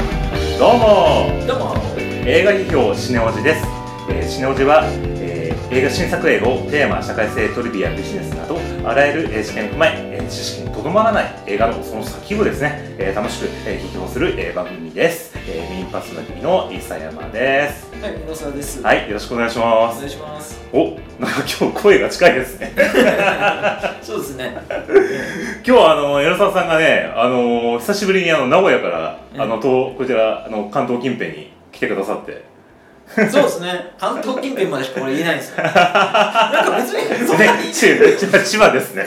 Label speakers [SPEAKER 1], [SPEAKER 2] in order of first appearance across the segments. [SPEAKER 1] どうも
[SPEAKER 2] どうも
[SPEAKER 1] 映画批評シネオジです、えーシネオジは、えー映画新作映画をテーマ社会性トリビアビジネスなどあらゆるえー知見を踏まええー知識にとどまらない映画のその先をですね、えー楽しく、えー批評する、えー番組です、えー、メインパーソナリティの伊佐山です
[SPEAKER 2] はい、野沢です。い、
[SPEAKER 1] はいよろしくお願いしま
[SPEAKER 2] お
[SPEAKER 1] す
[SPEAKER 2] 願いします。
[SPEAKER 1] おなんか今日声が近いですね
[SPEAKER 2] そうですね。
[SPEAKER 1] 今日はあの柳沢さんがねあの久しぶりにあの名古屋から、
[SPEAKER 2] うん
[SPEAKER 1] あのとこちらあの関東近辺に来てくださって
[SPEAKER 2] そうですね。関東近辺までしか俺言えないんですよ。なんか別にそんなに
[SPEAKER 1] ね、千葉千葉ですね。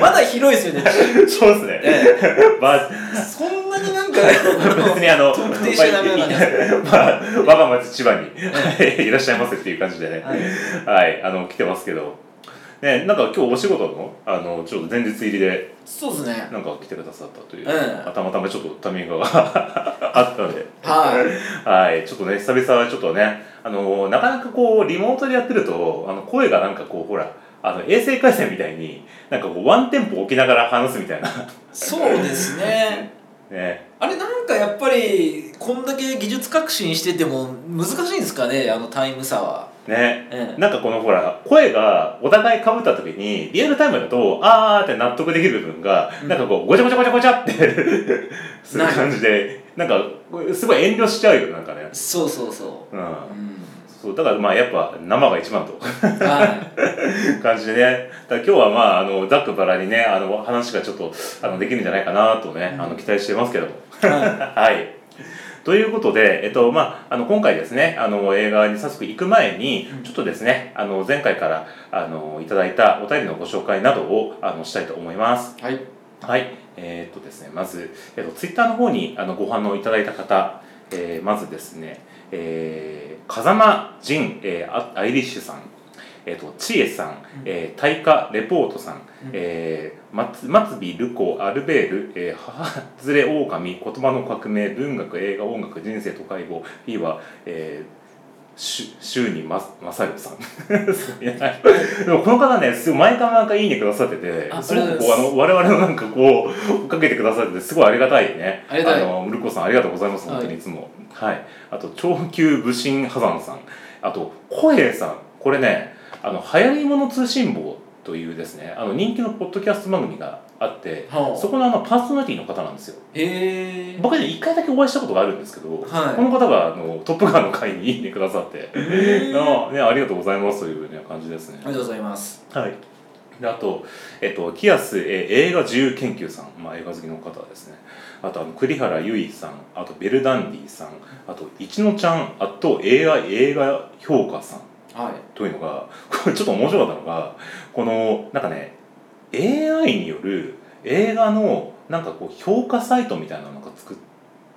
[SPEAKER 2] まだ広いですよね。
[SPEAKER 1] そうですね。
[SPEAKER 2] え
[SPEAKER 1] まあ、
[SPEAKER 2] えそんなになんか
[SPEAKER 1] 別にあの、
[SPEAKER 2] 特定しちゃダメなんですよ。
[SPEAKER 1] まあ、我が町千葉に、 はい、いらっしゃいませっていう感じでね、
[SPEAKER 2] はい
[SPEAKER 1] はい、あの、来てますけど、ね、なんか今日お仕事の、あの、ちょっと前日入りで、
[SPEAKER 2] そうですね。
[SPEAKER 1] なんか来てくださったという、
[SPEAKER 2] ええ
[SPEAKER 1] まあたまたまちょっとタイミングが あったので、
[SPEAKER 2] はい。
[SPEAKER 1] はい、ちょっとね、久々はちょっとね、あの、なかなかこう、リモートでやってると、あの、声がなんかこう、ほら、あの、衛星回線みたいに、なんかこう、ワンテンポ置きながら話すみたいな、
[SPEAKER 2] そうですね。
[SPEAKER 1] ね、
[SPEAKER 2] あれなんかやっぱりこんだけ技術革新してても難しいんですかねあのタイム差は。
[SPEAKER 1] ね、
[SPEAKER 2] ええ
[SPEAKER 1] なんかこのほら声がお互い被った時にリアルタイムだとあーって納得できる部分が、
[SPEAKER 2] うん
[SPEAKER 1] なんかこうごちゃごちゃごちゃごち ゃってする
[SPEAKER 2] ない
[SPEAKER 1] 感じでなんかこれすごい遠慮しちゃうよなんかね、
[SPEAKER 2] そうそうそうう。
[SPEAKER 1] ん、
[SPEAKER 2] うん。
[SPEAKER 1] そうだからまあやっぱ生が一番と
[SPEAKER 2] はい。
[SPEAKER 1] 感じでねだから今日はまああのざっくばらにねあの話がちょっとあのできるんじゃないかなとね、
[SPEAKER 2] うん
[SPEAKER 1] あの期待してますけども。
[SPEAKER 2] は
[SPEAKER 1] はい。ということで、えっと、まあ、あの、今回ですね、あの、映画に早速行く前に
[SPEAKER 2] うん、
[SPEAKER 1] ちょっとですね、あの、前回から、あの、いただいたお便りのご紹介などを、あの、したいと思います。
[SPEAKER 2] い。はい。
[SPEAKER 1] はい。えーっとですね、まず、えっと、ツイッターの方に、あの、ご反応いただいた方、えーまずですね、えー、風間仁、えーあアイリッシュさん、えっと、ちえさん、えー、大化レポートさん、えー、松松尾ルコアルベール、えー、母ずれ狼言葉の革命文学映画音楽人生と介護いは、えーし週にま勝るさん いやでもこの方ねすごい毎回毎回いいねくださってて
[SPEAKER 2] あ
[SPEAKER 1] すごくこう
[SPEAKER 2] あ
[SPEAKER 1] あ
[SPEAKER 2] りがと
[SPEAKER 1] の我々のなんかこう追っかけてくださっててすごいありがたいね
[SPEAKER 2] ありがたい
[SPEAKER 1] のルコさんありがとうございます本当
[SPEAKER 2] は
[SPEAKER 1] に
[SPEAKER 2] い
[SPEAKER 1] いつもはい、あと長久武神波山さんあと小平さんこれねあの流行り物通信簿というですねあの人気のポッドキャスト番組があって
[SPEAKER 2] はあ
[SPEAKER 1] そこのあのパーソナリティの方なんですよ
[SPEAKER 2] へえ。
[SPEAKER 1] 僕はね一回だけお会いしたことがあるんですけど、
[SPEAKER 2] はい
[SPEAKER 1] この方があの「トップガン」の回にいい ねくださって、
[SPEAKER 2] へー
[SPEAKER 1] あね、ありがとうございますという、ね、感じですね
[SPEAKER 2] ありがとうございます。
[SPEAKER 1] はいであと、えっと、キアス、えー映画自由研究さん、まあ、映画好きの方ですねあとあの栗原結衣さんあとベルダンディさんあと一のちゃんあと AI 映画評価さん
[SPEAKER 2] はい。
[SPEAKER 1] というのが これちょっと面白かったのがこのなんかね AI による映画のなんかこう評価サイトみたいなのが作っ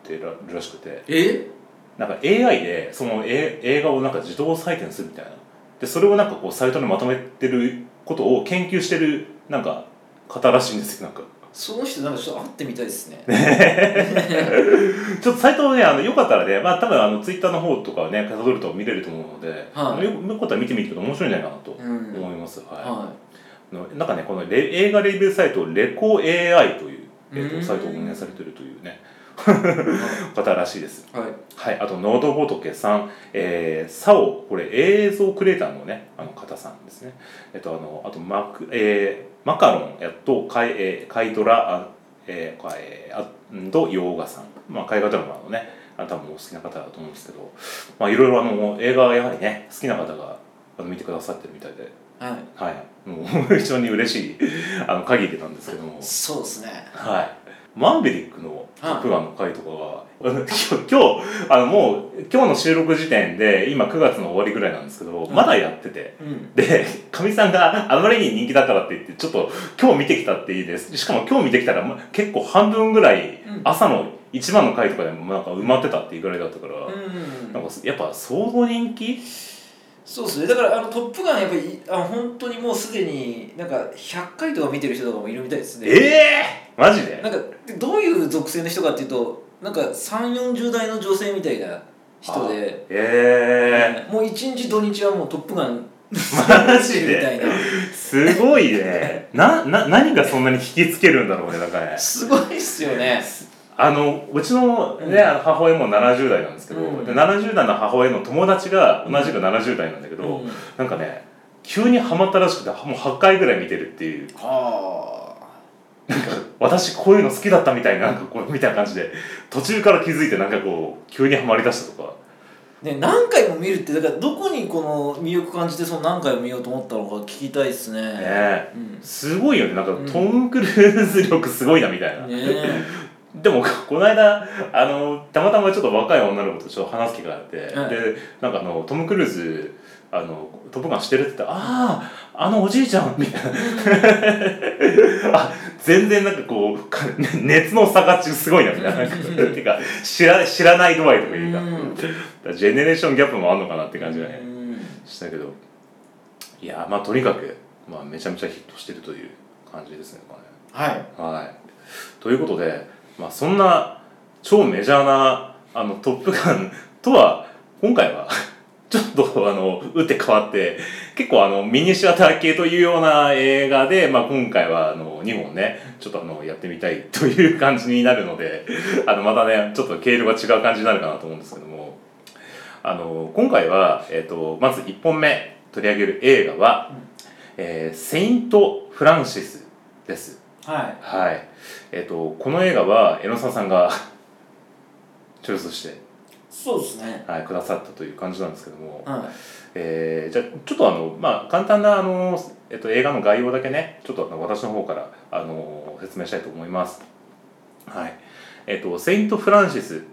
[SPEAKER 1] てらるらしくて
[SPEAKER 2] え
[SPEAKER 1] なんか AI でそのえ映画をなんか自動採点するみたいなでそれをなんかこうサイトにまとめてることを研究してるなんか方らしいんですよなんか
[SPEAKER 2] その人なんかちょっと会ってみたいです ね。
[SPEAKER 1] ちょっとサイトをねあのよかったらねまあ多分あのツイッターの方とかねたどると見れると思うので、あのよよかったら見てみると面白いんじゃないかなと
[SPEAKER 2] うん。
[SPEAKER 1] 思います、はい
[SPEAKER 2] は
[SPEAKER 1] のなんかねこのレ映画レビューサイトレコ AI という、えーと
[SPEAKER 2] うーん
[SPEAKER 1] サイトを運営されてるというね
[SPEAKER 2] い。
[SPEAKER 1] 方らしいです
[SPEAKER 2] はい。
[SPEAKER 1] はいあとのどぼとけさん、えー、サオこれ映像クリエイターのねあの方さんですねえっとあのあとマク、えーマカロンやっとカイ,、えー、カイドラあえーかえーあんと洋画さんまあ海外ドラマのねあの多分お好きな方だと思うんですけどまあいろいろあの映画はやはりね好きな方があの見てくださってるみたいで
[SPEAKER 2] はい。
[SPEAKER 1] はい、もう 非常に嬉しいあの限りなんですけども、
[SPEAKER 2] そうですね。
[SPEAKER 1] はい、マンベリックの「トップガン」の回とかが、あの 今日今日あのもう今日の収録時点で今9月の終わりぐらいなんですけど、
[SPEAKER 2] うん
[SPEAKER 1] まだやってて。
[SPEAKER 2] うん。
[SPEAKER 1] でかみさんがあまりに人気だからって言ってちょっと今日見てきたっていいですしかも今日見てきたらま結構半分ぐらい
[SPEAKER 2] うん
[SPEAKER 1] 朝の一番の回とかでもなんか埋まってたっていうぐらいだったから、
[SPEAKER 2] うん
[SPEAKER 1] なんかやっぱ相当人気
[SPEAKER 2] そうですねだからあの「トップガン」やっぱりあ本当にもうすでになんか100回とか見てる人とかもいるみたいです
[SPEAKER 1] え
[SPEAKER 2] ね
[SPEAKER 1] えー、マジで
[SPEAKER 2] なんかでどういう属性の人かっていうとなんか3 4 0代の女性みたいな人で、
[SPEAKER 1] ええ
[SPEAKER 2] もう一日土日はもう「トップガ ン」
[SPEAKER 1] マ
[SPEAKER 2] み
[SPEAKER 1] ジ
[SPEAKER 2] た
[SPEAKER 1] で
[SPEAKER 2] いな
[SPEAKER 1] すごいねなな何がそんなに引きつけるんだろうねだからね
[SPEAKER 2] すごいっすよね
[SPEAKER 1] あのうちの,、ね
[SPEAKER 2] うん
[SPEAKER 1] あの母親も70代なんですけど、
[SPEAKER 2] うん
[SPEAKER 1] で70代の母親の友達が同じく70代なんだけど、
[SPEAKER 2] うん
[SPEAKER 1] なんかね急にハマったらしくてもう8回ぐらい見てるっていう
[SPEAKER 2] はあ
[SPEAKER 1] 私こういうの好きだったみたいななんかこうみたいな感じで途中から気づいてなんかこう急にハマりだしたとか
[SPEAKER 2] ね、何回も見るってだからどこにこの魅力感じてその何回も見ようと思ったのか聞きたいですね
[SPEAKER 1] ねえ
[SPEAKER 2] うん、ね
[SPEAKER 1] すごいよねなんか
[SPEAKER 2] うん
[SPEAKER 1] トム・クルーズ力すごいなみたいな、
[SPEAKER 2] え
[SPEAKER 1] でもこの間あのたまたまちょっと若い女の子とちょっと話す機会があって、
[SPEAKER 2] はい
[SPEAKER 1] でなんかあのトム・クルーズあのトップガンしてるって言ったら「あああのおじいちゃん」みたいな あ全然なんかこうかね熱の差がすごいなみたいななんかっていうか知ら知らない度合いというか,、
[SPEAKER 2] うん
[SPEAKER 1] ジェネレーションギャップもあるのかなって感じがね、
[SPEAKER 2] うん
[SPEAKER 1] したけどいやまあとにかく、まあ、めちゃめちゃヒットしてるという感じですねこれね
[SPEAKER 2] はい
[SPEAKER 1] はい、ということで、まあ、そんな超メジャーな「あのトップガン」 とは今回は ちょっとあの打って変わって結構あのミニシアター系というような映画で、まあ、今回はあの2本ねちょっとあのやってみたいという感じになるので あのまたねちょっと経路が違う感じになるかなと思うんですけどもあの今回は、えっとまず1本目取り上げる映画は「えーセイント・フランシス」です。
[SPEAKER 2] はい
[SPEAKER 1] はい。えっ、と、この映画は、江野沢さんが、 チョイスして、
[SPEAKER 2] そうですね
[SPEAKER 1] はい、くださったという感じなんですけども、
[SPEAKER 2] はい
[SPEAKER 1] えーじゃあちょっとあの、まあ、簡単な、あの、えっ、と、映画の概要だけね、ちょっとあの私の方から、あの、説明したいと思います。はい。えっ、と、セイント・フランシス、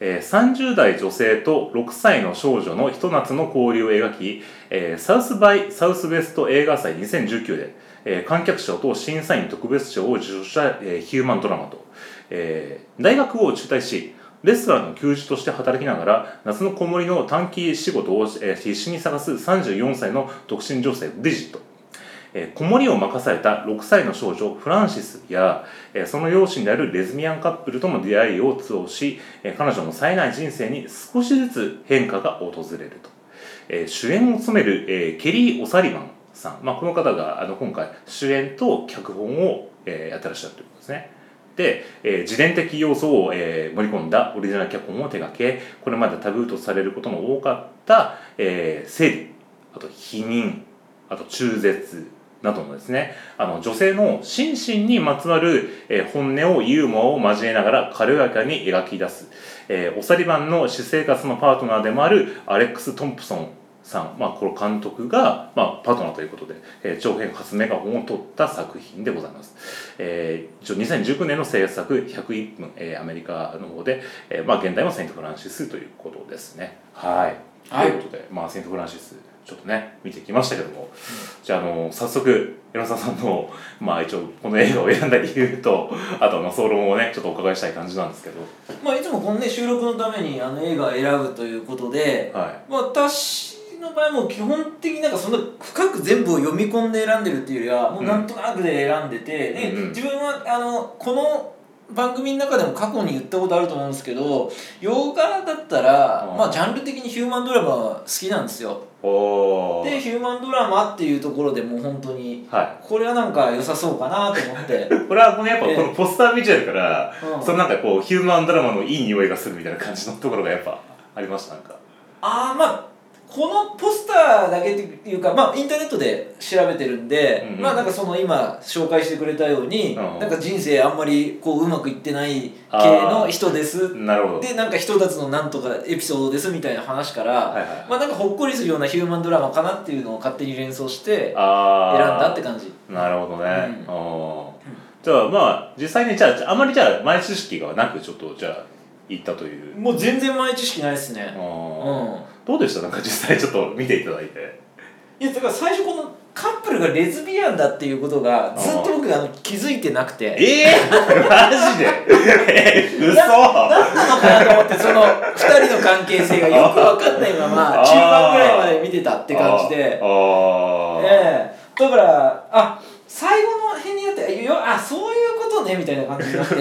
[SPEAKER 1] えー30代女性と6歳の少女のひと夏の交流を描き、えーサウスバイ・サウスウェスト映画祭2019で、えー観客賞と審査員特別賞を受賞した、えーヒューマンドラマと、えー大学を中退しレストランの給仕として働きながら夏の子守の短期仕事を、えー必死に探す34歳の独身女性ディジットえー子守を任された6歳の少女フランシスや、えーその両親であるレズミアンカップルとの出会いを通し、えー彼女の冴えない人生に少しずつ変化が訪れると、えー主演を務める、えーケリー・オサリバンさん、まあ、この方があの今回主演と脚本を、えーやってらっしゃるということですねで、えー自伝的要素を、えー盛り込んだオリジナル脚本を手掛けこれまでタブーとされることの多かった、えー生理あと避妊あと中絶などのですねあの女性の心身にまつわる、えー本音をユーモアを交えながら軽やかに描き出す、えー、おさり版の私生活のパートナーでもあるアレックス・トンプソンさん、まあ、この監督が、まあ、パートナーということで、えー長編初メガホンを取った作品でございます、えー、一応2019年の制作101分、えーアメリカの方で、えーまあ、現代のセイント・フランシスということですねはい、
[SPEAKER 2] はい
[SPEAKER 1] ということで、まあ、セイント・フランシスちょっとね見てきましたけども、じゃあ、あの早速柳沢さんの、まあ、一応この映画を選んだ理由とあとはまあ総論をねちょっとお伺いしたい感じなんですけど
[SPEAKER 2] まあ、いつもこの、ね、収録のためにあの映画を選ぶということで、
[SPEAKER 1] は
[SPEAKER 2] まあ、私の場合もう基本的になんかそんな深く全部を読み込んで選んでるっていうよりはもうなんとなくで選んでて、で
[SPEAKER 1] うんうん
[SPEAKER 2] 自分はあのこの番組の中でも過去に言ったことあると思うんですけど洋画だったら、
[SPEAKER 1] うん
[SPEAKER 2] まあ、ジャンル的にヒューマンドラマは好きなんですよ
[SPEAKER 1] いお
[SPEAKER 2] で
[SPEAKER 1] ー
[SPEAKER 2] ヒューマンドラマっていうところでもう本当に
[SPEAKER 1] は
[SPEAKER 2] これはなんか良さそうかなと 思って、
[SPEAKER 1] いこれはこのやっぱ
[SPEAKER 2] ええ
[SPEAKER 1] このポスター見ちゃうから、
[SPEAKER 2] うん
[SPEAKER 1] そのなんかこうヒューマンドラマのいい匂いがするみたいな感じのところがやっぱありましたなんか
[SPEAKER 2] ああまあこのポスターだけっていうか、まあ、インターネットで調べてるんで、
[SPEAKER 1] うんうん
[SPEAKER 2] まあなんかその今紹介してくれたように、
[SPEAKER 1] うん
[SPEAKER 2] なんか人生あんまりこううまくいってない系
[SPEAKER 1] あー
[SPEAKER 2] の人です
[SPEAKER 1] なるほど
[SPEAKER 2] でなんか人たちのなんとかエピソードですみたいな話から、
[SPEAKER 1] はいはい
[SPEAKER 2] まあなんかほっこりするようなヒューマンドラマかなっていうのを勝手に連想して
[SPEAKER 1] あ
[SPEAKER 2] 選
[SPEAKER 1] あ
[SPEAKER 2] んだって感じ
[SPEAKER 1] なるほどね、
[SPEAKER 2] うん
[SPEAKER 1] あーじゃあまあ実際にじゃああまりじゃあ前知識がなくちょっとじゃあ行ったという、
[SPEAKER 2] もう全然前知識ないです
[SPEAKER 1] あ
[SPEAKER 2] ねうん
[SPEAKER 1] ーどうでしたなんか実際ちょっと見ていただいて
[SPEAKER 2] いやだから最初このカップルがレズビアンだっていうことがずっと僕あの気づいてなくて
[SPEAKER 1] ええ マジでえー、嘘
[SPEAKER 2] 何なのかなと思ってその2人の関係性がよく分かんないまま
[SPEAKER 1] あー
[SPEAKER 2] 中盤ぐらいまで見てたって感じで、
[SPEAKER 1] あーあー、
[SPEAKER 2] ええだからあ最後の辺になってよあそういうことねみたいな感じになって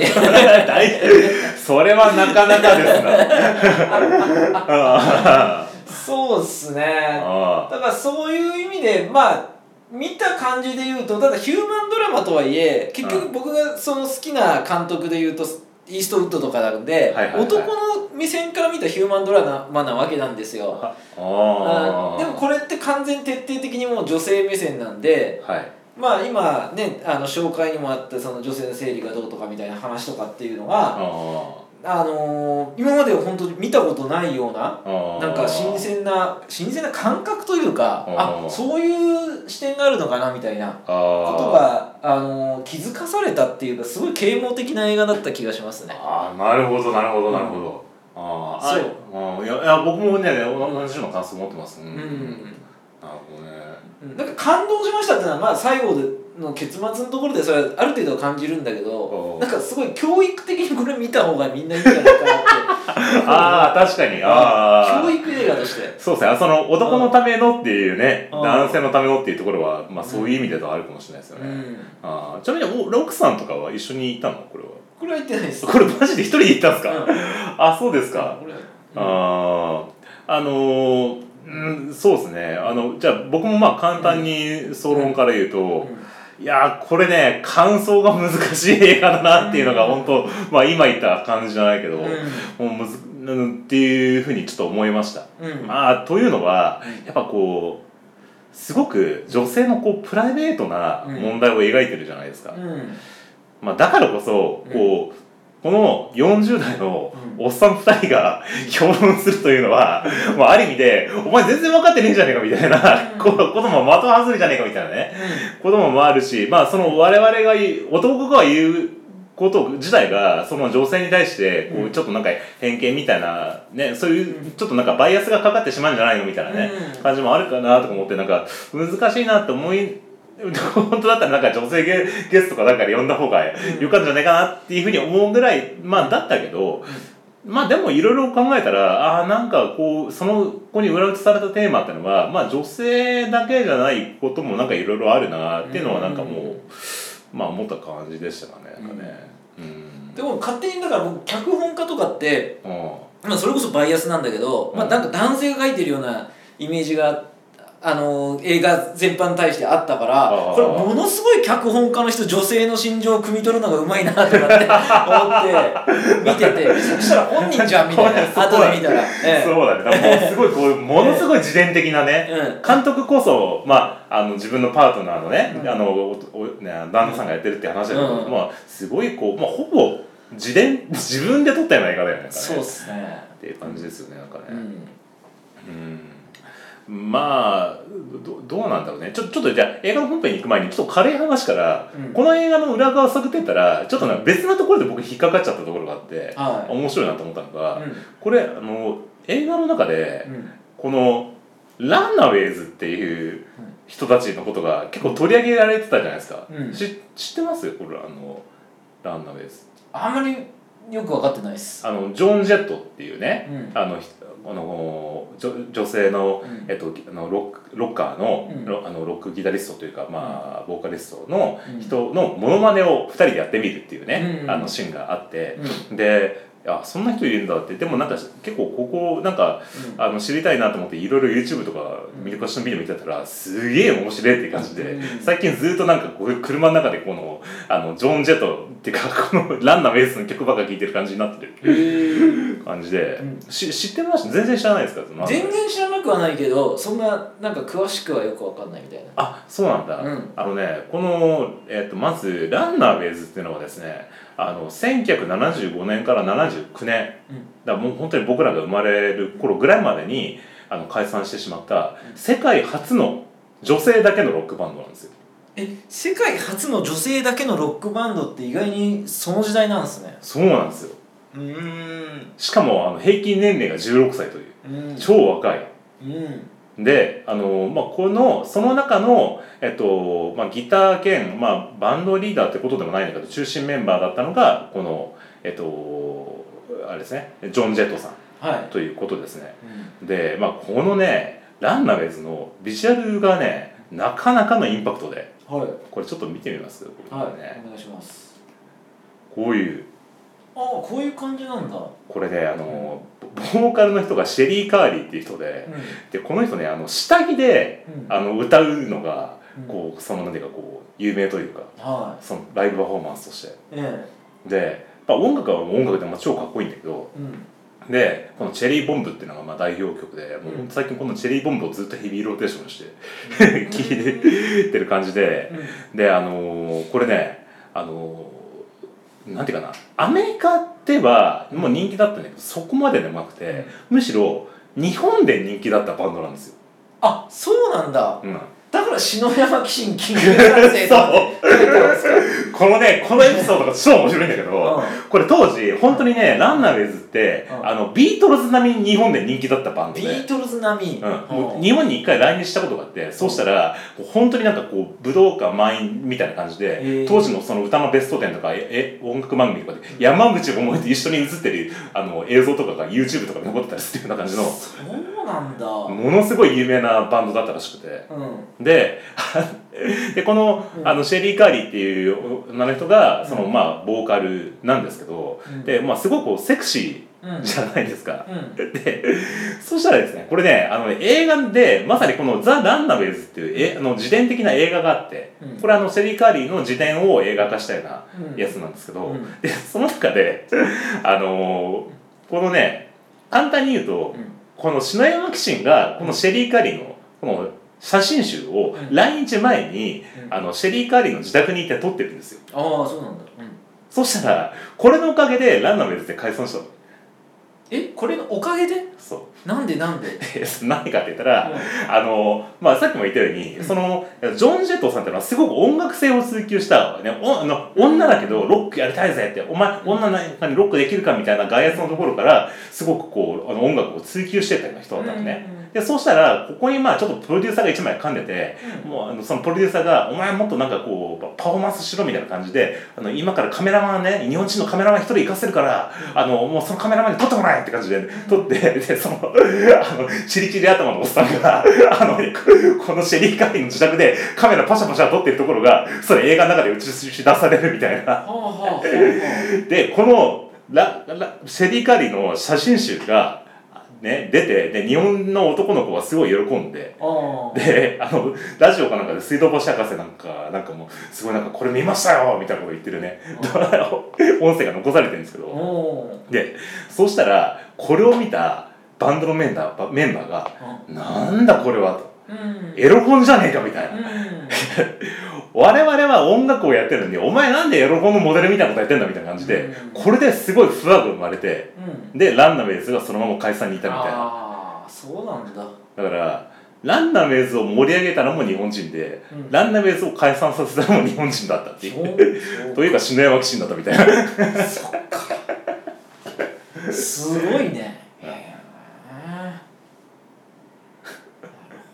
[SPEAKER 1] 大それはなかなかですなあ
[SPEAKER 2] そうっす
[SPEAKER 1] ー
[SPEAKER 2] ね
[SPEAKER 1] あ
[SPEAKER 2] だからそういう意味でまあ見た感じで言うとただヒューマンドラマとはいえ結局僕がその好きな監督で言うとイーストウッドとかなんで、
[SPEAKER 1] はいはいはい
[SPEAKER 2] 男の目線から見たヒューマンドラマなわけなんですよ
[SPEAKER 1] あ
[SPEAKER 2] あ
[SPEAKER 1] あ
[SPEAKER 2] ーでもこれって完全に徹底的にもう女性目線なんで
[SPEAKER 1] はい
[SPEAKER 2] まあ今ねあの紹介にもあったその女性の生理がどうとかみたいな話とかっていうのが、
[SPEAKER 1] あ
[SPEAKER 2] あのー今まで本当に見たことないような
[SPEAKER 1] あ
[SPEAKER 2] なんか新鮮な新鮮な感覚というか
[SPEAKER 1] あ
[SPEAKER 2] あ
[SPEAKER 1] ー
[SPEAKER 2] そういう視点があるのかなみたいな
[SPEAKER 1] こと
[SPEAKER 2] ことが、あのー気づかされたっていうかすごい啓蒙的な映画だった気がしますね。
[SPEAKER 1] ああなるほどなるほどなるほど、ああ
[SPEAKER 2] そう
[SPEAKER 1] ああいやいや僕もね同じような感想持ってますうん、
[SPEAKER 2] う
[SPEAKER 1] なる
[SPEAKER 2] ん
[SPEAKER 1] ほどね
[SPEAKER 2] うんなんか感動しましたってのはまあ最後の結末のところでそれはある程度は感じるんだけ
[SPEAKER 1] お
[SPEAKER 2] ど
[SPEAKER 1] う
[SPEAKER 2] なんかすごい教育的にこれ見た方がみんないいんじゃない かなって
[SPEAKER 1] ああ確かにああ
[SPEAKER 2] 教育映画として
[SPEAKER 1] そうですねあその男のためのっていうね
[SPEAKER 2] うん
[SPEAKER 1] 男性のためのっていうところは、まあ、そういう意味ではあるかもしれないですよ
[SPEAKER 2] う
[SPEAKER 1] ね、
[SPEAKER 2] ん
[SPEAKER 1] ああちなみにお奥さんとかは一緒にいたのこれは
[SPEAKER 2] これは言ってないです
[SPEAKER 1] これマジで一人で行ったんですか、
[SPEAKER 2] うん
[SPEAKER 1] あそうですか、
[SPEAKER 2] これは
[SPEAKER 1] あああのーうん、そうですねあのじゃあ僕もまあ簡単に総論から言うと、
[SPEAKER 2] うん
[SPEAKER 1] いやーこれね感想が難しい映画だなっていうのが
[SPEAKER 2] うん
[SPEAKER 1] 本当、まあ今言った感じじゃないけど、
[SPEAKER 2] うん
[SPEAKER 1] もうむずうんっていうふうにちょっと思いました、
[SPEAKER 2] うん
[SPEAKER 1] まあというのは
[SPEAKER 2] うん
[SPEAKER 1] やっぱこうすごく女性のこうプライベートな
[SPEAKER 2] うん
[SPEAKER 1] 問題を描いてるじゃないですか、
[SPEAKER 2] うん
[SPEAKER 1] まあ、だからこそ
[SPEAKER 2] うん
[SPEAKER 1] こう、この40代の
[SPEAKER 2] うん
[SPEAKER 1] おっさん2人が評論するというのは、まあ、ある意味で「お前全然分かってねえじゃねえか」みたいな、
[SPEAKER 2] うん
[SPEAKER 1] こことも的外れじゃねえかみたいなねこともあるし、まあ、その我々が言う男が言うこと自体がその女性に対してこ
[SPEAKER 2] う
[SPEAKER 1] うんちょっとなんか偏見みたいな、ね、そういうちょっとなんかバイアスがかかってしまうんじゃないのみたいなね、
[SPEAKER 2] うん
[SPEAKER 1] 感じもあるかなとか思ってなんか難しいなって思い本当だったらなんか女性ゲゲストかなんかで呼んだ方が
[SPEAKER 2] うん
[SPEAKER 1] よかったんじゃないかなっていうふうに思うぐらいまあだったけど、まあでもいろいろ考えたらあーなんかこうその子に裏打ちされたテーマってのはまあ女性だけじゃないこともなんかいろいろあるなっていうのはなんかもう、
[SPEAKER 2] うん
[SPEAKER 1] まあ思った感じでしたかねなんかね。うん
[SPEAKER 2] でも勝手にだから僕脚本家とかって、
[SPEAKER 1] うん
[SPEAKER 2] まあ、それこそバイアスなんだけど、まあ、なんか男性が描いてるようなイメージがあの映画全般に対してあったから
[SPEAKER 1] あー
[SPEAKER 2] これものすごい脚本家の人女性の心情を汲み取るのがうまいなとかって思って見て てそしたら本人じゃんみたいな
[SPEAKER 1] そう
[SPEAKER 2] 後で見たら、ええ
[SPEAKER 1] そうだね。だからもうすごいこうものすごい自伝的なね、
[SPEAKER 2] うん
[SPEAKER 1] 監督こそまああの自分のパートナーのね、
[SPEAKER 2] うん
[SPEAKER 1] あのおおね旦那さんがやってるって話だけど、
[SPEAKER 2] うん
[SPEAKER 1] まあすごいこうまあほぼ自伝 自分で撮ったような映画だよね。なんかね
[SPEAKER 2] そうっすね
[SPEAKER 1] っていう感じですよねなんかね。
[SPEAKER 2] うん
[SPEAKER 1] うんまあどどうなんだろうねちょちょっとじゃあ映画の本編に行く前にちょっと軽い話から、
[SPEAKER 2] うん
[SPEAKER 1] この映画の裏側を探ってたらちょっとなんか別なところで僕引っかかっちゃったところがあって、
[SPEAKER 2] はい
[SPEAKER 1] 面白いなと思ったのが、
[SPEAKER 2] うん
[SPEAKER 1] これあの映画の中で、
[SPEAKER 2] うん
[SPEAKER 1] このランナウェイズっていう人たちのことが結構取り上げられてたじゃないですか、
[SPEAKER 2] うん
[SPEAKER 1] し知ってますこれあのランナウェイズ
[SPEAKER 2] あんまりよく分かってないっす
[SPEAKER 1] あのジョン・ジェットっていうね、
[SPEAKER 2] うん
[SPEAKER 1] あのひあの女女性の,、
[SPEAKER 2] うん
[SPEAKER 1] えっと、あのロックロッカーの,
[SPEAKER 2] うん
[SPEAKER 1] ロ、あのロックギタリストというか、まあ、ボーカリストの
[SPEAKER 2] うん
[SPEAKER 1] 人のモノマネを2人でやってみるっていうね、
[SPEAKER 2] うん
[SPEAKER 1] あのシーンがあって
[SPEAKER 2] う、ん
[SPEAKER 1] であそんな人いるんだってでもなんか結構ここなんか
[SPEAKER 2] うん
[SPEAKER 1] あの知りたいなと思っていろいろ YouTube とか見るのビデオ見てたらすげえ面白いって感じで、
[SPEAKER 2] うん
[SPEAKER 1] 最近ずっとなんかこういう車の中でこのあのジョン・ジェットっていうかこのランナーベースの曲ばっか聴いてる感じになってる
[SPEAKER 2] へー
[SPEAKER 1] 感じで、
[SPEAKER 2] うん
[SPEAKER 1] し知ってました全然知らないですかその
[SPEAKER 2] 全然知らなくはないけどそんななんか詳しくはよくわかんないみたいな
[SPEAKER 1] あそうなんだ、
[SPEAKER 2] うん
[SPEAKER 1] あのねこの、えっとまずランナーベーズっていうのはですねあの1975年から79年、
[SPEAKER 2] うん
[SPEAKER 1] だからもう本当に僕らが生まれる頃ぐらいまでにあの解散してしまった世界初の女性だけのロックバンドなんですよ
[SPEAKER 2] え世界初の女性だけのロックバンドって意外にその時代なんですね
[SPEAKER 1] そうなんですよ
[SPEAKER 2] うーん
[SPEAKER 1] しかもあの平均年齢が16歳という
[SPEAKER 2] うん
[SPEAKER 1] 超若い
[SPEAKER 2] うん
[SPEAKER 1] であの、まあ、このその中の、えっとまあ、ギター兼、まあ、バンドリーダーってことでもないんだけど中心メンバーだったのがこのえっとあれですねジョン・ジェットさん
[SPEAKER 2] はい、
[SPEAKER 1] ということですねで、まあ、このねランナウェイズのビジュアルがねなかなかのインパクトで
[SPEAKER 2] はい
[SPEAKER 1] これちょっと見てみますこれ、
[SPEAKER 2] はい、
[SPEAKER 1] ね、
[SPEAKER 2] お願いします
[SPEAKER 1] こういう
[SPEAKER 2] あこういう感じなんだ、
[SPEAKER 1] これねあのボーカルの人がシェリー・カーリーっていう人で
[SPEAKER 2] う
[SPEAKER 1] でこの人ねあの下着で
[SPEAKER 2] んうん
[SPEAKER 1] あの歌うのが
[SPEAKER 2] うん
[SPEAKER 1] こうその何ていうかこう有名というか
[SPEAKER 2] は
[SPEAKER 1] そのライブパフォーマンスとして
[SPEAKER 2] いえ
[SPEAKER 1] でまあ、音楽はもう音楽でも超かっこいいんだけどでこの「チェリーボンブ」っていうのがまあ代表曲で、もうほんと最近この「チェリーボンブ」をずっとヘビーローテーションして 聴いてる感じでであのーこれねあのーなんていうかなアメリカではもう人気だったんだけどそこまででもなくて、
[SPEAKER 2] うん
[SPEAKER 1] むしろ日本で人気だったバンドなんですよ。
[SPEAKER 2] あそうなんだ
[SPEAKER 1] うん
[SPEAKER 2] だから篠山紀信キング三 世とかって書いてあるんですか
[SPEAKER 1] このね、このエピソードが超面白いんだけど、これ当時、本当にね、ランナーウェイズって、
[SPEAKER 2] うん
[SPEAKER 1] あの、ビートルズ並みに日本で人気だったバンド
[SPEAKER 2] ビ
[SPEAKER 1] で。
[SPEAKER 2] ートルズ並み、
[SPEAKER 1] うん、も
[SPEAKER 2] う
[SPEAKER 1] うん日本に一回来日したことがあってそうしたらこう本当になんかこう武道館満員みたいな感じ
[SPEAKER 2] へ
[SPEAKER 1] で
[SPEAKER 2] ー
[SPEAKER 1] 当時のその歌のベスト10とかええ音楽番組とかで山口百恵と一緒に映ってるあの映像とかが YouTube とかに残ってたりするような感じの
[SPEAKER 2] そうなんだ、うん
[SPEAKER 1] ものすごい有名なバンドだったらしくて。で でこの,、
[SPEAKER 2] うん
[SPEAKER 1] あのシェリー・カーリーっていう女の人がその、
[SPEAKER 2] うん
[SPEAKER 1] まあボーカルなんですけど、
[SPEAKER 2] うん
[SPEAKER 1] でまあ、すごくこうセクシ
[SPEAKER 2] うん
[SPEAKER 1] ーじゃないですか、
[SPEAKER 2] うん
[SPEAKER 1] そしたらですねこれねあのね映画でまさにこの「ザ・ランナウェイズ」っていうえあの自伝的な映画があって、
[SPEAKER 2] うん
[SPEAKER 1] これあのシェリー・カーリーの自伝を映画化したような
[SPEAKER 2] うん
[SPEAKER 1] やつなんですけど、
[SPEAKER 2] うん
[SPEAKER 1] でその中で あのーこのね簡単に言うと、この篠山紀信がこのシェリー・カーリーのこの写真集を
[SPEAKER 2] うん
[SPEAKER 1] 来日前に、
[SPEAKER 2] うん
[SPEAKER 1] あのシェリー・カーリーの自宅に行って撮ってるんですよ
[SPEAKER 2] ああそうなんだ、うん
[SPEAKER 1] そしたらこれのおかげでランナーウェイズで解散したの
[SPEAKER 2] えこれのおかげで
[SPEAKER 1] そう
[SPEAKER 2] なんでなんで、
[SPEAKER 1] でその 何かって言ったら、あのまあ、さっきも言ったように、
[SPEAKER 2] うん
[SPEAKER 1] そのジョン・ジェットさんっていうのはすごく音楽性を追求した、ね、おあの女だけどロックやりたいぜってお前女なんかにロックできるかみたいな外圧のところからすごくこうあの音楽を追求してたような人だったのね、でそうしたらここにまあちょっとプロデューサーが一枚噛んでて
[SPEAKER 2] うん
[SPEAKER 1] もうあのそのプロデューサーが「お前もっとなんかこうパフォーマンスしろ」みたいな感じであの今からカメラマンね日本人のカメラマン一人行かせるからあのもうそのカメラマンに撮ってもらえって感じで撮ってでそのあのチリチリ頭のおっさんがあのこのシェリー・カリーの自宅でカメラパシャパシャ撮ってるところがそれ映画の中で映し出されるみたいな
[SPEAKER 2] はあはあはあは
[SPEAKER 1] でこのララシェリー・カリーの写真集が、ね、出てで日本の男の子はすごい喜んで。
[SPEAKER 2] ああー
[SPEAKER 1] であのラジオかなんかで水道橋博士なんかなんかもうすごいなんかこれ見ましたよみたいなこと言ってるね音声が残されてるんですけ
[SPEAKER 2] お
[SPEAKER 1] ど
[SPEAKER 2] お
[SPEAKER 1] でそうしたらこれを見たバンドのメンバーばメンバーが「
[SPEAKER 2] ー
[SPEAKER 1] なんだこれは」と
[SPEAKER 2] う
[SPEAKER 1] 「
[SPEAKER 2] ん
[SPEAKER 1] エロ本じゃねえか」みたいな、
[SPEAKER 2] うん
[SPEAKER 1] 我々は音楽をやってるのにお前なんでエロ本のモデルみたいなことやってんだみたいな感じで、
[SPEAKER 2] うん
[SPEAKER 1] これですごい不和が生まれて
[SPEAKER 2] うん
[SPEAKER 1] でランナウェイズがそのまま解散にいたみたいな
[SPEAKER 2] ああそうなんだ
[SPEAKER 1] だからランナウェイズを盛り上げたのも日本人で、
[SPEAKER 2] うん
[SPEAKER 1] ランナウェイズを解散させたのも日本人だったっていう。
[SPEAKER 2] そう
[SPEAKER 1] というか篠山紀信だったみたいな
[SPEAKER 2] そっかすごいね
[SPEAKER 1] うん
[SPEAKER 2] へえなる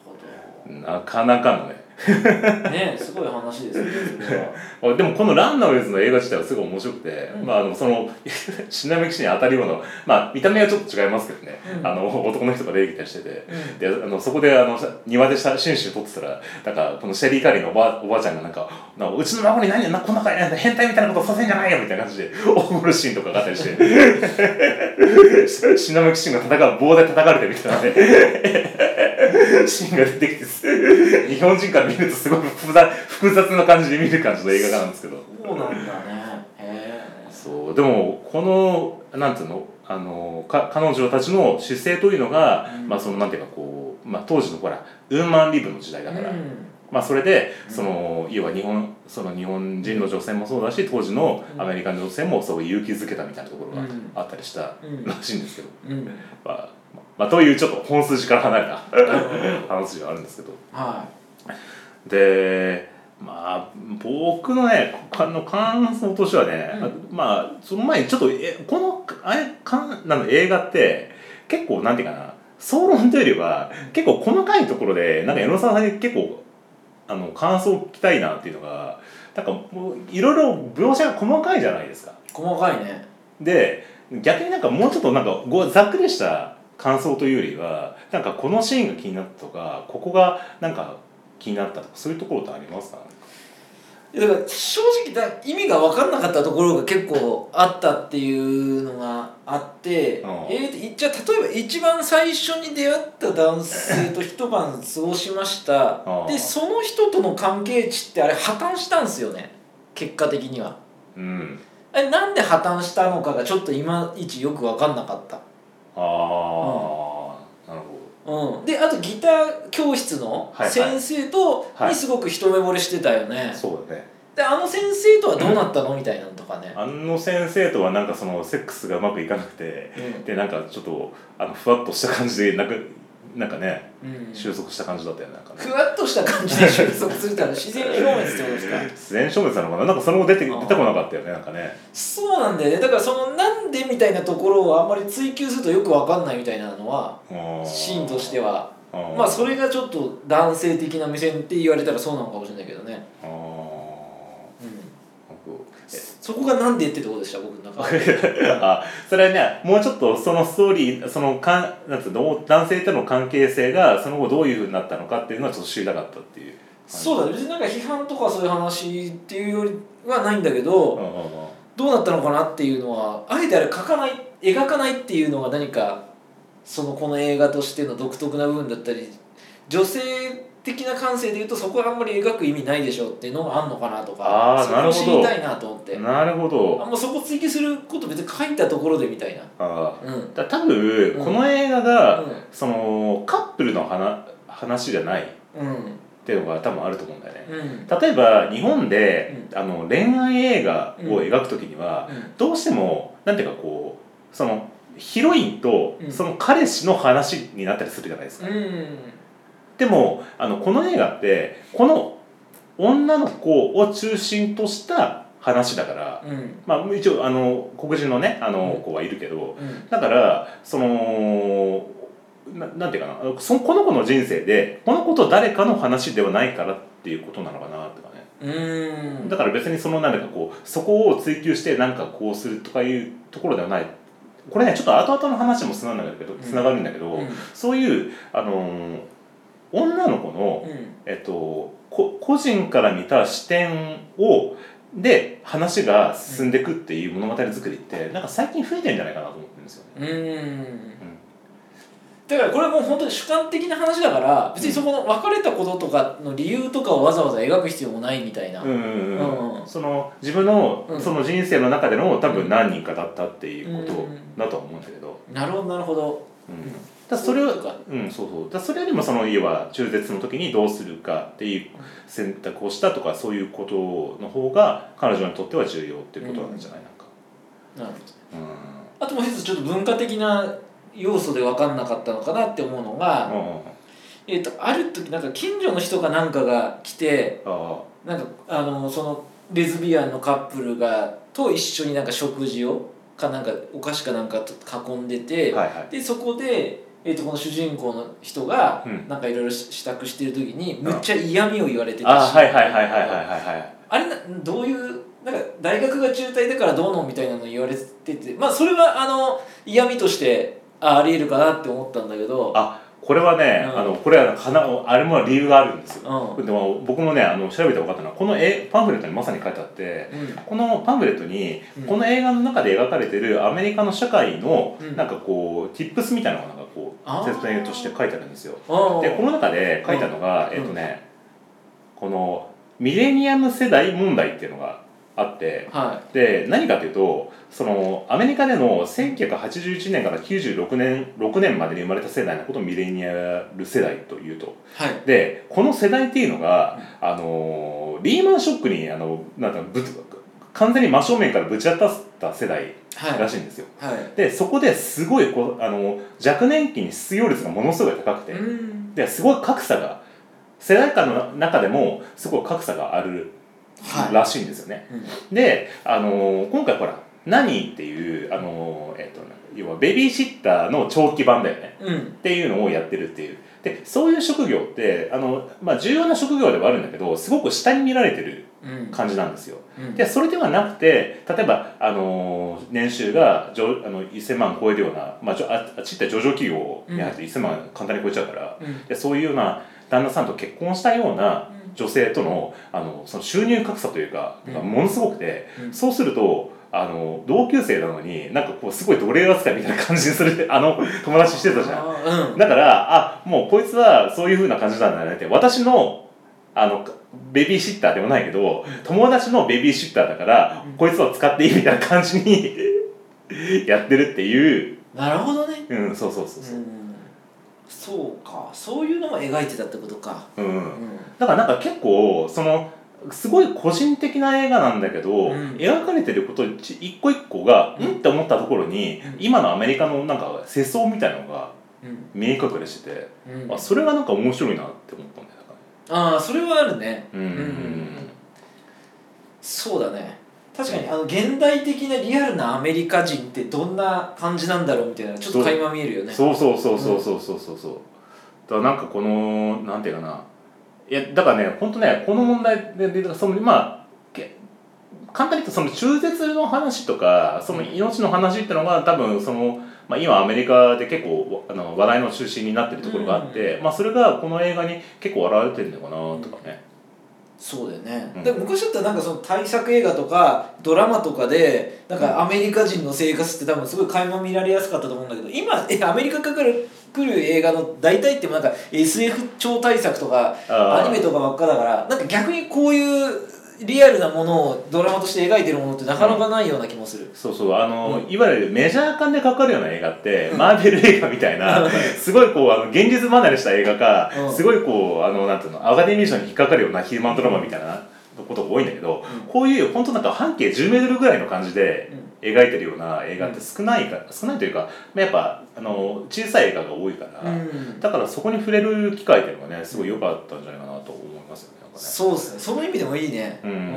[SPEAKER 2] ほ
[SPEAKER 1] なかなかのね
[SPEAKER 2] どねすごい話ですねそれは
[SPEAKER 1] あでもこの「ランナウェイズ」の映画自体はすごい面白くて、
[SPEAKER 2] うん
[SPEAKER 1] まああのその 篠山紀信に当たるような、まあ、見た目はちょっと違いますけどね、
[SPEAKER 2] うん
[SPEAKER 1] あの男の人が礼儀たりしてて。
[SPEAKER 2] うん
[SPEAKER 1] であのそこであの庭で写真集撮ってたらなんかこのシェリー・カリーのおばおばあちゃんがなんか「なんかうちの孫に何なこんななんか変態みたいなことさせんじゃないよ」みたいな感じで怒るシーンとかがあったりして し篠山紀信が戦う棒で叩かれてるみたいなねシーンが出てきてす日本人から見るとすごい複雑複雑な感じで見る感じの映画なんですけど
[SPEAKER 2] そうなんだねへ
[SPEAKER 1] そうでもこのなんていうのあのか彼女たちの姿勢というのが、
[SPEAKER 2] うん
[SPEAKER 1] まあそのなんていうかこう、まあ、当時のほらウーマンリブの時代
[SPEAKER 2] え
[SPEAKER 1] だから、
[SPEAKER 2] うん
[SPEAKER 1] まあそれで
[SPEAKER 2] うん
[SPEAKER 1] その要は日本その日本人の女性もそうだし当時の
[SPEAKER 2] うん
[SPEAKER 1] アメリカの女性もそう勇気づけたみたいなところが
[SPEAKER 2] うん
[SPEAKER 1] あったりした
[SPEAKER 2] うん
[SPEAKER 1] らしいんですけど、
[SPEAKER 2] うん
[SPEAKER 1] まあまあ、というちょっと本筋から離れた 話があるんですけど
[SPEAKER 2] は
[SPEAKER 1] でまあ僕のねあの感想としてはね、まあその前にちょっとえこのあれかんなんだ映画って結構なんていうかな総論というよりは結構細かいところでなんか江野沢さんに結構あの感想を聞きたいなっていうのがなんかもういろいろ描写が細かいじゃないですか。
[SPEAKER 2] い細かいね
[SPEAKER 1] で逆になんかもうちょっとなんかござっくりした感想というよりはなんかこのシーンが気になったとかここがなんか気になったとかそういうところってありますか、
[SPEAKER 2] いやだから正直だ意味が分かんなかったところが結構あったっていうのがあって、
[SPEAKER 1] うん
[SPEAKER 2] えーじゃあ例えば一番最初に出会った男性と一晩過ごしました
[SPEAKER 1] ああ
[SPEAKER 2] でその人との関係値ってあれ破綻したんですよね結果的には。
[SPEAKER 1] うん
[SPEAKER 2] えなんで破綻したのかがちょっといまいちよく分かんなかった
[SPEAKER 1] ああ、なるほ
[SPEAKER 2] うん、であとギター教室の
[SPEAKER 1] はいはい
[SPEAKER 2] 先生と
[SPEAKER 1] はい
[SPEAKER 2] にすごく一目惚れしてたよね、
[SPEAKER 1] どそうだね
[SPEAKER 2] であの先生とはどうなったの、みたいなのとかね、
[SPEAKER 1] あの先生とはなんかそのセックスがうまくいかなくて
[SPEAKER 2] う
[SPEAKER 1] でなんかちょっとあのふわっとした感じでなくなんかね
[SPEAKER 2] んうん、
[SPEAKER 1] 収束した感じだったよねなんかね
[SPEAKER 2] ふわっとした感じで収束するから自然表現ってことですか
[SPEAKER 1] 自然消滅なのかななんかそれも出て出
[SPEAKER 2] あー
[SPEAKER 1] てこなかったよねなんかね
[SPEAKER 2] そうなんだよねだからそのなんでみたいなところをあんまり追求するとよく分かんないみたいなのはシーンとして
[SPEAKER 1] は
[SPEAKER 2] はまあそれがちょっと男性的な目線って言われたらそうなのかもしれないけどね、
[SPEAKER 1] あー
[SPEAKER 2] うん、
[SPEAKER 1] 僕
[SPEAKER 2] そこがなんでってとこでした僕の 中で
[SPEAKER 1] あそれはねもうちょっとそのストーリーそのかんなんつうの男性との関係性がその後どういうふうになったのかっていうのはちょっと知りたかったっていう
[SPEAKER 2] そうだね別になんか批判とかそういう話っていうよりはないんだけど、
[SPEAKER 1] うんうんうん
[SPEAKER 2] どうなったのかなっていうのはあえてあれ描かない描かないっていうのが何かそのこの映画としての独特な部分だったり女性的な感性でいうとそこはあんまり描く意味ないでしょっていうのがあんのかなとか
[SPEAKER 1] あー
[SPEAKER 2] そ
[SPEAKER 1] なる
[SPEAKER 2] こ
[SPEAKER 1] ほ
[SPEAKER 2] を
[SPEAKER 1] ど
[SPEAKER 2] 知りたいなと思って
[SPEAKER 1] なるほ
[SPEAKER 2] あ
[SPEAKER 1] ど
[SPEAKER 2] んまそこ追求すること別に書いたところでみたいな
[SPEAKER 1] あ
[SPEAKER 2] うん、うん
[SPEAKER 1] ーだ多分
[SPEAKER 2] うん
[SPEAKER 1] この映画が、
[SPEAKER 2] う
[SPEAKER 1] そのカップルの話話じゃないっ
[SPEAKER 2] ん
[SPEAKER 1] ていうのが多分あると思うんだよね、
[SPEAKER 2] うん
[SPEAKER 1] 例えば日本で、あの恋愛映画を描くときには、
[SPEAKER 2] うん
[SPEAKER 1] どうしてもなんていうかこうそのヒロインと
[SPEAKER 2] うん
[SPEAKER 1] その彼氏の話になったりするじゃないですか、
[SPEAKER 2] うん
[SPEAKER 1] でもあのこの映画ってこの女の子を中心とした話だから、
[SPEAKER 2] うん
[SPEAKER 1] まあ、一応あの黒人のねあの
[SPEAKER 2] うん
[SPEAKER 1] 子はいるけど
[SPEAKER 2] うん
[SPEAKER 1] だからそのななんていうかなそこの子の人生でこの子と誰かの話ではないからっていうことなのかなとかね
[SPEAKER 2] うん
[SPEAKER 1] だから別にそのなんかこうそこを追求してなんかこうするとかいうところではないこれねちょっと後々の話もつながるんだけど
[SPEAKER 2] ん
[SPEAKER 1] つながるんだけど、
[SPEAKER 2] うん
[SPEAKER 1] そういう、あのー女の子の、
[SPEAKER 2] うん
[SPEAKER 1] えっと、こ個人から見た視点をで話が進んでいくっていう物語作りってなんか最近増えてるんじゃないかなと思ってるんですよね。
[SPEAKER 2] うん
[SPEAKER 1] うん
[SPEAKER 2] だからこれはもう本当に主観的な話だから別にそこの別れたこととかの理由とかをわざわざ描く必要もないみたいな、
[SPEAKER 1] うんうんうん
[SPEAKER 2] うん
[SPEAKER 1] その自分の
[SPEAKER 2] うん
[SPEAKER 1] その人生の中での多分何人かだったっていうこ
[SPEAKER 2] うん
[SPEAKER 1] とだとは思うんだけど、
[SPEAKER 2] なるほどなるほど
[SPEAKER 1] うん、だからそれを
[SPEAKER 2] そういうことか
[SPEAKER 1] うん、そうそうだからそれよりもその家は中絶の時にどうするかっていう選択をしたとかそういうことの方が彼女にとっては重要っていうことなんじゃない、なんか
[SPEAKER 2] なるほど
[SPEAKER 1] う
[SPEAKER 2] あともう一つちょっと文化的な要素で分かんなかったのかなって思うのが、
[SPEAKER 1] んうんうん
[SPEAKER 2] えー、とある時なんか近所の人かなんかが来て
[SPEAKER 1] あ
[SPEAKER 2] なんかあのそのレズビアンのカップルがと一緒になんか食事をかなんかお菓子かなんかと囲んで
[SPEAKER 1] あ
[SPEAKER 2] て、
[SPEAKER 1] はいはい
[SPEAKER 2] でそこで、えー、とこの主人公の人が
[SPEAKER 1] うん
[SPEAKER 2] なんかいろいろ支度してる時にむっちゃ嫌味を言われて
[SPEAKER 1] あ
[SPEAKER 2] た
[SPEAKER 1] はいはいはいはいはいはいはい
[SPEAKER 2] あれなどういうなんか大学が中退だからどうのみたいなの言われててまあそれはあの嫌味としてあありえるかなって思ったんだけど
[SPEAKER 1] あこれはね、
[SPEAKER 2] うん
[SPEAKER 1] あのこれはかなあれも理由があるんですよ、
[SPEAKER 2] うん
[SPEAKER 1] でも僕もねあの調べて分かったのはこの絵パンフレットにまさに書いてあって
[SPEAKER 2] うん
[SPEAKER 1] このパンフレットに、
[SPEAKER 2] うん
[SPEAKER 1] この映画の中で描かれてるアメリカの社会の、
[SPEAKER 2] うん
[SPEAKER 1] なんかこう tips みたいなのがなんかこ
[SPEAKER 2] あ
[SPEAKER 1] う
[SPEAKER 2] ー
[SPEAKER 1] 説明として書いてあるんですよ
[SPEAKER 2] あ
[SPEAKER 1] でこの中で書いたのが、
[SPEAKER 2] うん
[SPEAKER 1] えっ、とねこのミレニアム世代問題っていうのがあって
[SPEAKER 2] は
[SPEAKER 1] で何かというとそのアメリカでの1981年から96年6年までに生まれた世代のことをミレニアル世代というと
[SPEAKER 2] いはい
[SPEAKER 1] でこの世代っていうのが、あのーリーマンショックにあのなんかぶつ完全に真正面からぶち当たった世代
[SPEAKER 2] はい
[SPEAKER 1] らしいんですよ、
[SPEAKER 2] はい
[SPEAKER 1] でそこですごいこうあの若年期に失業率がものすごい高くて、
[SPEAKER 2] うん
[SPEAKER 1] ですごい格差が世代間の中でもすごい格差がある
[SPEAKER 2] はい
[SPEAKER 1] らしいんですよね、
[SPEAKER 2] うん
[SPEAKER 1] で、あのー今回ほら「何?」っていう、あのーえっと要はベビーシッターの長期版だよね
[SPEAKER 2] うん
[SPEAKER 1] っていうのをやってるっていうでそういう職業ってあの、まあ、重要な職業ではあるんだけどすごく下に見られてる
[SPEAKER 2] うん
[SPEAKER 1] 感じなんですよ
[SPEAKER 2] うん
[SPEAKER 1] でそれではなくて例えば、あのー年収が上あの1000万超えるような、まあ、じょああっちって上場企業に入って1000万簡単に超えちゃうから、
[SPEAKER 2] うん
[SPEAKER 1] でそういうような旦那さんと結婚したような
[SPEAKER 2] うん
[SPEAKER 1] 女性とのあのその収入格差というか、
[SPEAKER 2] うん
[SPEAKER 1] がものすごくて、
[SPEAKER 2] うん
[SPEAKER 1] そうするとあの同級生なのになんかこうすごい奴隷扱いみたいな感じにするあの友達してたじゃん
[SPEAKER 2] あーうん
[SPEAKER 1] だからあもうこいつはそういう風な感じなんだねって私のあのベビーシッターでもないけど友達のベビーシッターだからこいつを使っていいみたいな感じに やってるっていう、
[SPEAKER 2] なるほどね
[SPEAKER 1] うん、そうそうそうそうう、
[SPEAKER 2] んそうかそういうのも描いてたってことか
[SPEAKER 1] うん
[SPEAKER 2] う、ん
[SPEAKER 1] だからなんか結構そのすごい個人的な映画なんだけど、
[SPEAKER 2] うん
[SPEAKER 1] 描かれてること一一個一個が、
[SPEAKER 2] うん
[SPEAKER 1] んって思ったところに、
[SPEAKER 2] うん
[SPEAKER 1] 今のアメリカのなんか世相みたいなのが
[SPEAKER 2] うん
[SPEAKER 1] 見え隠れしてて、
[SPEAKER 2] うん
[SPEAKER 1] あそれがなんか面白いなって思ったんだよだか
[SPEAKER 2] ああそれはあるね
[SPEAKER 1] らうんうん
[SPEAKER 2] そうだね確かに
[SPEAKER 1] う
[SPEAKER 2] あの現代的なリアルなアメリカ人ってどんな感じなんだろうみたいなちょっと垣間見えるよ
[SPEAKER 1] うん
[SPEAKER 2] ね
[SPEAKER 1] そうそうそうそうそうそうそうそうだからなんかこのなんていうかないやだからね本当ねこの問題ででそのまあけ簡単に言うとその中絶の話とかその命の話ってのが多分その、まあ、今アメリカで結構あの話題の中心になってるところがあって、まあ、それがこの映画に結構表れてるのかなとかね、
[SPEAKER 2] そうだよ
[SPEAKER 1] う
[SPEAKER 2] ね
[SPEAKER 1] ん
[SPEAKER 2] で昔だったらなんかその大作映画とかドラマとかでなんかアメリカ人の生活って多分すごい垣間見られやすかったと思うんだけど今えアメリカから来る映画の大体ってもなんか SF 超大作とか
[SPEAKER 1] あー
[SPEAKER 2] アニメとかばっかだからなんか逆にこういうリアルなものをドラマとして描いてるものってなかなかないような気もする、
[SPEAKER 1] そうそうあの、
[SPEAKER 2] う
[SPEAKER 1] いわゆるメジャー感でかかるような映画って、マーベル映画みたいなすごいこうあの現実離れした映画か、
[SPEAKER 2] うん
[SPEAKER 1] すごいこうあのなんていうのアカデミー賞に引っかかるようなヒューマンドラマみたいなことが多いんだけど、
[SPEAKER 2] うん
[SPEAKER 1] こういう本当なんか半径10メートルぐらいの感じで描いてるような映画って少ないか、少ないというかまあやっぱあの小さい映画が多いから、
[SPEAKER 2] うん
[SPEAKER 1] だからそこに触れる機会っていうのがねすごい良かったんじゃないかなと思いますよね。なんかね
[SPEAKER 2] そうですねその意味でもいいね
[SPEAKER 1] うん
[SPEAKER 2] う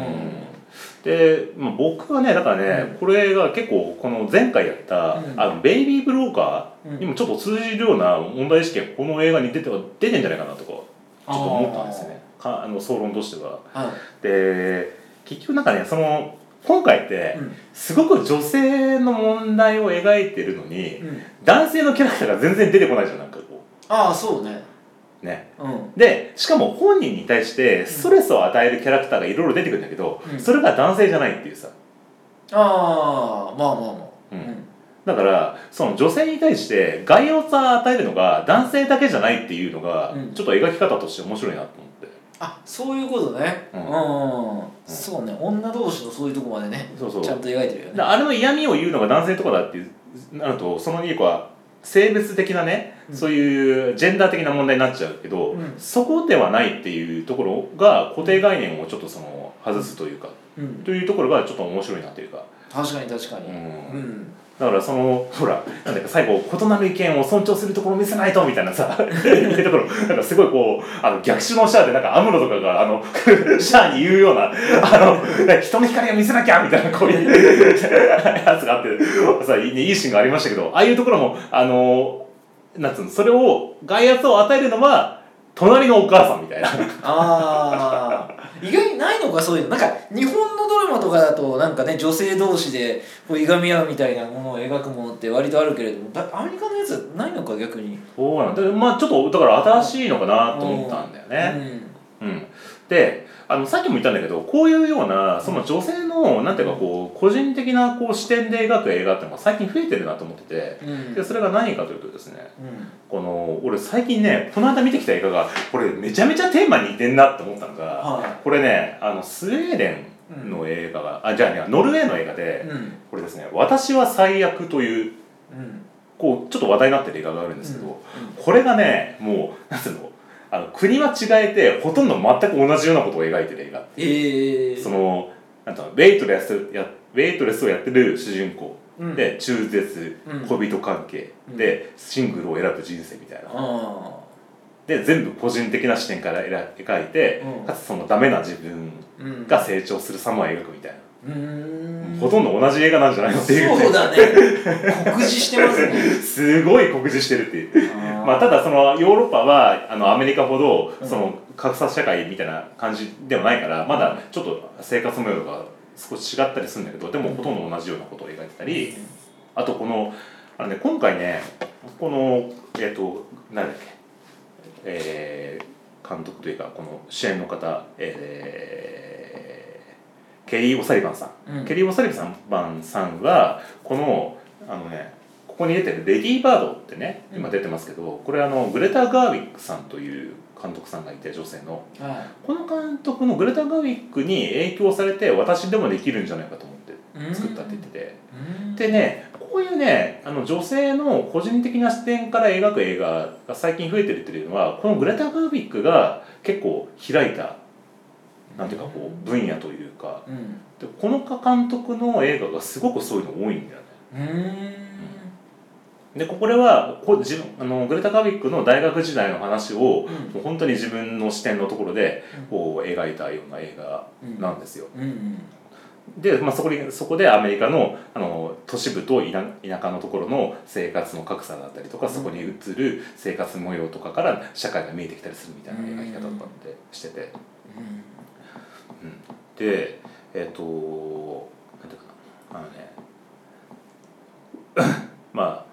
[SPEAKER 1] で、まあ、僕はねだからね、
[SPEAKER 2] うん
[SPEAKER 1] これが結構この前回やった「
[SPEAKER 2] うん
[SPEAKER 1] あのベイビー・ブローカ
[SPEAKER 2] う
[SPEAKER 1] ー」
[SPEAKER 2] ん
[SPEAKER 1] にもちょっと通じるような問題意識がこの映画に出て出てんじゃないかなとかちょっと思ったんですよねかあの総論としては。
[SPEAKER 2] あ
[SPEAKER 1] で結局なんかねその今回って
[SPEAKER 2] ーうん
[SPEAKER 1] すごく女性の問題を描いてるのに
[SPEAKER 2] うん
[SPEAKER 1] 男性のキャラクターが全然出てこないじゃんなんかこ
[SPEAKER 2] ああそうね
[SPEAKER 1] うね。
[SPEAKER 2] うん
[SPEAKER 1] でしかも本人に対してストレスを与えるキャラクターがいろいろ出てくるんだけど、
[SPEAKER 2] うん
[SPEAKER 1] それが男性じゃないっていうさ
[SPEAKER 2] ああまあまあまあ
[SPEAKER 1] うんだからその女性に対して概要さを与えるのが男性だけじゃないっていうのが、
[SPEAKER 2] うん
[SPEAKER 1] ちょっと描き方として面白いなと思って
[SPEAKER 2] あそういうことねう
[SPEAKER 1] うんん
[SPEAKER 2] そうね女同士のそういうとこまでね
[SPEAKER 1] そうそう
[SPEAKER 2] ちゃんと描いてるよ
[SPEAKER 1] だ
[SPEAKER 2] ね
[SPEAKER 1] あれの嫌味を言うのが男性とかだってなるとその2個は性別的なね、
[SPEAKER 2] うん
[SPEAKER 1] そういうジェンダー的な問題になっちゃうけど、
[SPEAKER 2] うん
[SPEAKER 1] そこではないっていうところが固定概念をちょっとその外すというか、
[SPEAKER 2] うん
[SPEAKER 1] というところがちょっと面白いなというか、
[SPEAKER 2] 確かに確かに
[SPEAKER 1] うん
[SPEAKER 2] うん
[SPEAKER 1] だからそのほらなんだか最後異なる意見を尊重するところを見せないとみたいなさいうところなんかすごいこうあの逆襲のシャアでなんかアムロとかがあの シャアに言うようなあのなんか人の光を見せなきゃみたいなこういうやつがあってさいいねいいシーンがありましたけどああいうところもあのなんつうのそれを外圧を与えるのは隣のお母さんみたいな
[SPEAKER 2] ああ意外にないのかそういうのなんか日本のドラマとかだとなんかね女性同士でこういがみ合うみたいなものを描くものって割とあるけれどもだアメリカのやつはないのか逆に
[SPEAKER 1] そうなんだまあちょっとだから新しいのかなと思ったんだよね。うん、であのさっきも言ったんだけどこういうようなその女性のなんていうかこう個人的なこう視点で描く映画っていうのが最近増えてるなと思ってて
[SPEAKER 2] うんうん
[SPEAKER 1] でそれが何かというとですね
[SPEAKER 2] うん
[SPEAKER 1] この俺最近ねこの間見てきた映画がこれめちゃめちゃテーマに似てんなって思ったのが
[SPEAKER 2] は
[SPEAKER 1] これねあのスウェーデンの映画があじゃあねノルウェーの映画
[SPEAKER 2] い
[SPEAKER 1] で
[SPEAKER 2] うん
[SPEAKER 1] これですね「私は最悪」という
[SPEAKER 2] うん
[SPEAKER 1] こうちょっと話題になってる映画があるんですけど、
[SPEAKER 2] うん
[SPEAKER 1] これがねもうなんていうのあの国は違えてほとんど全く同じようなことを描いてる映画
[SPEAKER 2] ええ
[SPEAKER 1] そのなんていうのウェイトレスやウェイトレスをやってる主人公、
[SPEAKER 2] うん
[SPEAKER 1] で中絶
[SPEAKER 2] うん
[SPEAKER 1] 恋人関係、
[SPEAKER 2] うん
[SPEAKER 1] でシングルを選ぶ人生みたいな、
[SPEAKER 2] あ
[SPEAKER 1] で全部個人的な視点から描描いて、
[SPEAKER 2] うん
[SPEAKER 1] かつそのダメな自分
[SPEAKER 2] ーうん
[SPEAKER 1] が成長する様を描くみたいな、
[SPEAKER 2] うーん
[SPEAKER 1] ほとんど同じ映画なんじゃないのっていう
[SPEAKER 2] そうだね酷似してますね
[SPEAKER 1] すごい酷似してるっていうまあ、
[SPEAKER 2] あ
[SPEAKER 1] ただそのヨーロッパはあのアメリカほどその格差社会みたいな感じではないからまだちょっと生活模様が少し違ったりするんだけどでもほとんど同じようなことを描いてたりあとこのあの、ね、今回ねこのえっ、となんだっけ、えー監督というかこの主演の方、えーケリー・オサリバンさん、
[SPEAKER 2] うん
[SPEAKER 1] ケリー・オサリバンさんはこのあのねここに出てる「レディー・バード」ってね今出てますけど、これあのグレタ・ガーウィックさんという監督さんがいて女性の
[SPEAKER 2] は
[SPEAKER 1] この監督のグレタ・ガーウィックに影響されて私でもできるんじゃないかと思って
[SPEAKER 2] い、
[SPEAKER 1] 作ったって言ってて、
[SPEAKER 2] うん
[SPEAKER 1] でねこういうねあの女性の個人的な視点から描く映画が最近増えてるっていうのはこのグレタ・ガーウィックが結構開いたなんていうかこう分野というか
[SPEAKER 2] うん
[SPEAKER 1] でこの監督の映画がすごくそういうの多いんだよね。
[SPEAKER 2] うー
[SPEAKER 1] で
[SPEAKER 2] ん
[SPEAKER 1] これはこ自分あのグレタ・ガーウィックの大学時代の話を、
[SPEAKER 2] うん
[SPEAKER 1] もう本当に自分の視点のところで
[SPEAKER 2] うん
[SPEAKER 1] こう描いたような映画
[SPEAKER 2] うん
[SPEAKER 1] なんですよ。
[SPEAKER 2] うんうん
[SPEAKER 1] で、まあ、そこにそこでアメリカのあの都市部と田田舎のところの生活の格差だったりとか
[SPEAKER 2] うん
[SPEAKER 1] そこに映る生活模様とかから社会が見えてきたりするみたいな描き方とかってしてて。
[SPEAKER 2] うん
[SPEAKER 1] うん、でえっ、となんていうかなあのね ま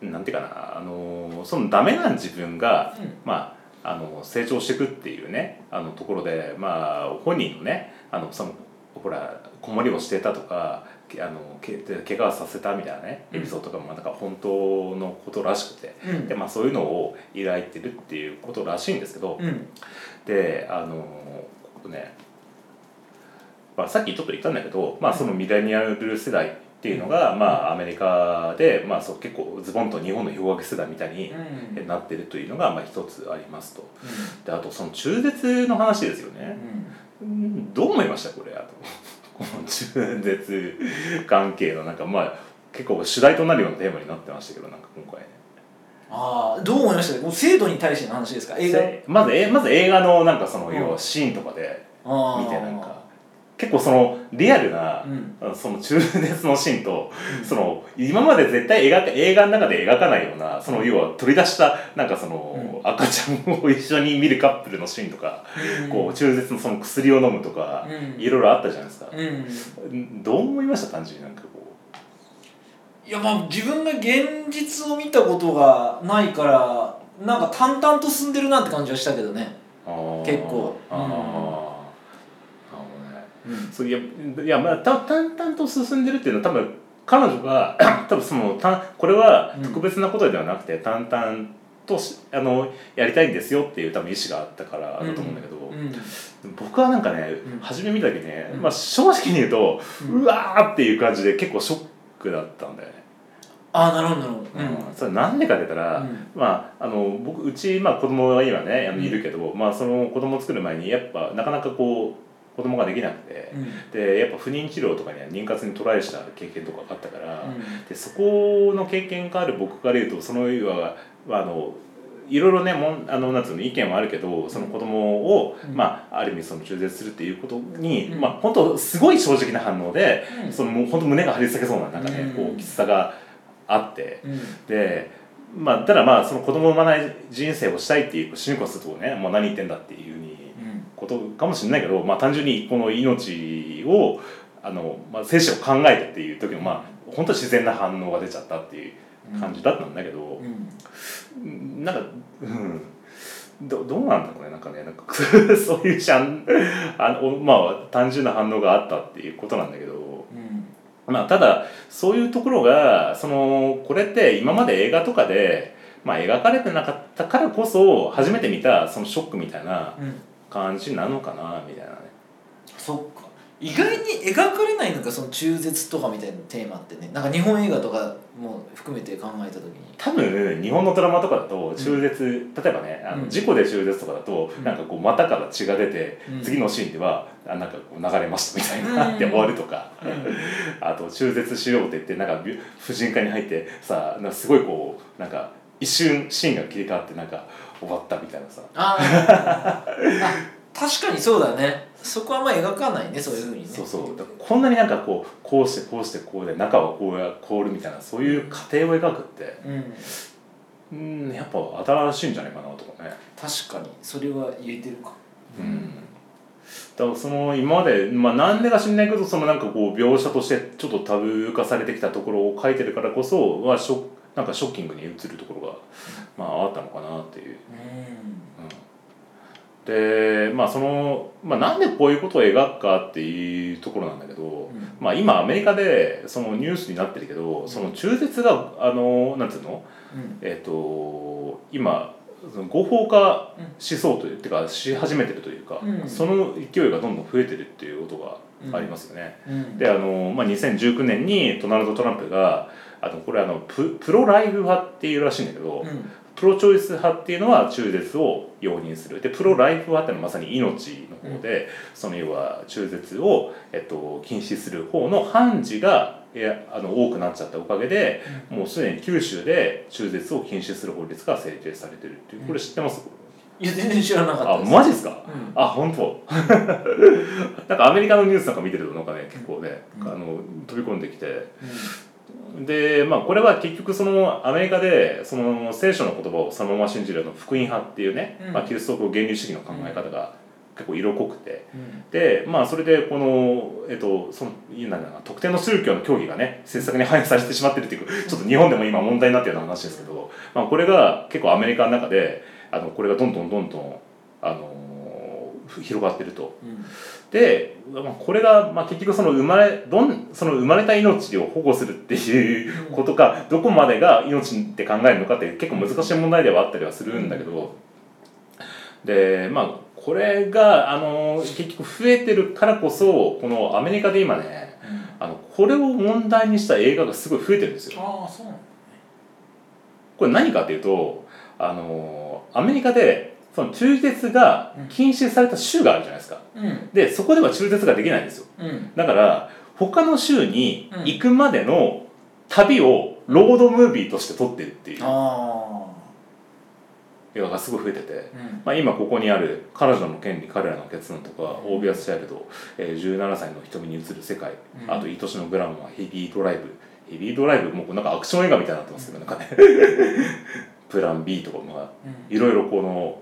[SPEAKER 1] あなんていうかなあのそのダメな自分が、
[SPEAKER 2] うん
[SPEAKER 1] まあ、あの成長していくっていうねあのところで、まあ、本人のねあのそのほら子守りをしてたとかけあのけ怪我をさせたみたいなねエピソードとかもなんか本当のことらしくて、
[SPEAKER 2] うん
[SPEAKER 1] でまあ、そういうのを抱いてるっていうことらしいんですけど、
[SPEAKER 2] うん
[SPEAKER 1] であのここね、まあ、さっきちょっと言ったんだけど、まあ、そのミレニアル世代っていうのが、まあ、アメリカで、まあ、そう結構ズボンと日本の氷河期世代みたいに
[SPEAKER 2] うん
[SPEAKER 1] なってるというのが、まあ、一つありますと
[SPEAKER 2] う
[SPEAKER 1] であとその中絶の話ですよね、
[SPEAKER 2] ん
[SPEAKER 1] うんどう思いましたこれあと この中絶関係のなんかまあ結構主題となるようなテーマになってましたけどなんか今回ね
[SPEAKER 2] ああどう思いましたもう制度に対しての話ですか映画
[SPEAKER 1] せまずえまず映画のなんかその、
[SPEAKER 2] うん
[SPEAKER 1] 要はシーンとかで
[SPEAKER 2] あー
[SPEAKER 1] みたいななんか結構そのリアルな
[SPEAKER 2] う、ん
[SPEAKER 1] あのその中絶のシーンと、
[SPEAKER 2] うん
[SPEAKER 1] その今まで絶対描か映画の中で描かないようなその要は取り出したなんかその、赤ちゃんを一緒に見るカップルのシーンとか、こう中絶のその薬を飲むとか、
[SPEAKER 2] うん
[SPEAKER 1] いろいろあったじゃないですか、
[SPEAKER 2] うん
[SPEAKER 1] どう思いました単純になんかこう
[SPEAKER 2] いやまあ自分が現実を見たことがないからなんか淡々と進んでるなって感じはしたけどね、
[SPEAKER 1] あー
[SPEAKER 2] 結構
[SPEAKER 1] あー、
[SPEAKER 2] うん
[SPEAKER 1] なるほどね
[SPEAKER 2] うん
[SPEAKER 1] そういやいやまあた淡々と進んでるっていうのは多分彼女が 多分そのたこれは
[SPEAKER 2] うん
[SPEAKER 1] 特別なことではなくて、淡々としあのやりたいんですよっていう多分意思があったからだと思うんだけど、
[SPEAKER 2] うん
[SPEAKER 1] 僕はなんかね、
[SPEAKER 2] うん
[SPEAKER 1] 初め見た時ね、
[SPEAKER 2] うん
[SPEAKER 1] まあ、正直に言うと、
[SPEAKER 2] う
[SPEAKER 1] うんわーっていう感じで結構ショックだったんだよね。
[SPEAKER 2] ああなるほどなるほどうん
[SPEAKER 1] うんそれなんでかって言ったら、
[SPEAKER 2] うん
[SPEAKER 1] まあ、あの僕うち、まあ、子供が今ねあの
[SPEAKER 2] うん
[SPEAKER 1] いるけど、まあ、その子供を作る前にやっぱなかなかこう子供ができなくて。
[SPEAKER 2] うん
[SPEAKER 1] でやっぱ不妊治療とかには妊活にトライした経験とかがあったから、
[SPEAKER 2] うん
[SPEAKER 1] でそこの経験がある僕から言うとその要はまああのいろいろねもんあのなんつうの意見はあるけどその子供を、
[SPEAKER 2] うん
[SPEAKER 1] まあ、ある意味その中絶するっていうことに、
[SPEAKER 2] うん
[SPEAKER 1] まあ本当すごい正直な反応で、
[SPEAKER 2] うん
[SPEAKER 1] そのもう本当胸が張り裂けそうななんかね、
[SPEAKER 2] うん
[SPEAKER 1] こうきつさがあって。
[SPEAKER 2] うん
[SPEAKER 1] でまあ、ただまあその子供を産まない人生をしたいっていう主人公するとねもう何言ってんだっていうふうに
[SPEAKER 2] うん
[SPEAKER 1] ことかもしれないけど、まあ、単純にこの命をあの、まあ、精子を考えたっていう時の、まあ、本当自然な反応が出ちゃったっていう感じだったんだけど
[SPEAKER 2] う、ん
[SPEAKER 1] なんか、うん、どどうなんだろうねなんかねなんか そういうシャンあの、まあ、単純な反応があったっていうことなんだけど。
[SPEAKER 2] うん
[SPEAKER 1] まあ、ただそういうところがそのこれって今まで映画とかで、まあ、描かれてなかったからこそ初めて見たそのショックみたいな
[SPEAKER 2] うん
[SPEAKER 1] 感じなのかなみたいなね
[SPEAKER 2] そっか意外に描かれないのかその中絶とかみたいなテーマってねなんか日本映画とかも含めて考えた時に
[SPEAKER 1] 多分日本のドラマとかだと中絶、例えばねあ
[SPEAKER 2] うん
[SPEAKER 1] の事故で中絶とかだと、
[SPEAKER 2] うん
[SPEAKER 1] なんかこう股から血が出て、
[SPEAKER 2] うん
[SPEAKER 1] 次のシーンではあなんかこう流れましたみたいな、
[SPEAKER 2] う ん
[SPEAKER 1] って終わるとか、
[SPEAKER 2] うん
[SPEAKER 1] あと中絶しようって言ってなんかび婦人科に入ってさなんかすごいこうなんか一瞬シーンが切り替わってなんか終わったみたいなさ
[SPEAKER 2] あーあ確かにそうだねそこはあんま描かないねそういうふうにね
[SPEAKER 1] そうそうだからこんなになんかこうこうしてこうしてこうで中はこうや凍るみたいなそういう過程を描くって
[SPEAKER 2] うん
[SPEAKER 1] うんやっぱ新しいんじゃないかなとかね。
[SPEAKER 2] 確かにそれは言えてるか
[SPEAKER 1] うんだからその今まで、まあ、なんでか知んないけどそのなんかこう描写としてちょっとタブー化されてきたところを書いてるからこそはショッなんかショッキングに映るところが、まあ、あったのかなっていう、
[SPEAKER 2] うん
[SPEAKER 1] うんでまあその、まあ、なんでこういうことを描くかっていうところなんだけど、
[SPEAKER 2] うん
[SPEAKER 1] まあ、今アメリカでそのニュースになってるけどその中絶があのなんていうの
[SPEAKER 2] うん
[SPEAKER 1] えっ、と今その合法化
[SPEAKER 2] うん
[SPEAKER 1] しそうという、てかし始めてるというか、
[SPEAKER 2] うん
[SPEAKER 1] その勢いがどんどん増えてるっていうことがありますよね。
[SPEAKER 2] うん
[SPEAKER 1] であの、まあ、2019年にドナルド・トランプがあのこれあのププロライフ派っていうらしいんだけど、
[SPEAKER 2] うん
[SPEAKER 1] プロチョイス派っていうのは中絶を容認するでプロライフ派っていうのはまさに命の方で、その要は中絶を、えっと、禁止する方の判事がいやあの多くなっちゃったおかげで、もうすでに九州で中絶を禁止する法律が制定されてるっていうこれ知ってます、
[SPEAKER 2] いや全然知らなかった
[SPEAKER 1] あ
[SPEAKER 2] です
[SPEAKER 1] マジですか
[SPEAKER 2] うん
[SPEAKER 1] あ本当 なんかアメリカのニュースなんか見てるとなんかね結構ね、
[SPEAKER 2] うん
[SPEAKER 1] あの飛び込んできてでまあこれは結局そのアメリカでその聖書の言葉をそのまま信じるあの福音派っていうね、
[SPEAKER 2] うん
[SPEAKER 1] まあ、キリスト教原理主義の考え方が結構色濃くて
[SPEAKER 2] うん
[SPEAKER 1] でまあそれでこの,、えっと、そのなんだろうな特定の宗教の教義がね政策に反映されてしまってるっていうちょっと日本でも今問題になってるような話ですけど、まあ、これが結構アメリカの中であのこれがどんどんどんどんあの広がってると。
[SPEAKER 2] うん
[SPEAKER 1] で、まあ、これが、まあ、結局その生まれどんその生まれた命を保護するっていう
[SPEAKER 2] うん
[SPEAKER 1] ことがどこまでが命って考えるのかって結構難しい問題ではあったりはするんだけどでまあこれがあの結局増えてるからこそこのアメリカで今ね
[SPEAKER 2] うん
[SPEAKER 1] あのこれを問題にした映画がすごい増えてるんですよ。
[SPEAKER 2] ああそうなの
[SPEAKER 1] これ何かっていうとあのアメリカでその中絶が禁止された州があるじゃないですか。
[SPEAKER 2] うん
[SPEAKER 1] でそこでは中絶ができないんですよ。
[SPEAKER 2] うん
[SPEAKER 1] だから他の州に
[SPEAKER 2] うん
[SPEAKER 1] 行くまでの旅をロードムービーとして撮ってるっていう
[SPEAKER 2] あ
[SPEAKER 1] 映画がすごい増えてて、
[SPEAKER 2] あうん
[SPEAKER 1] まあ、今ここにある「彼女の権利彼らの結論」とか「
[SPEAKER 2] うん
[SPEAKER 1] オービアス・チャイルド」えー17歳の瞳に映る世界」
[SPEAKER 2] うん
[SPEAKER 1] あと「愛しのグラム」は「ヘビードライブ」「ヘビードライブ」もうなんかアクション映画みたいになってますけどなんかね プラン B とかもまあ
[SPEAKER 2] うん
[SPEAKER 1] いろいろこの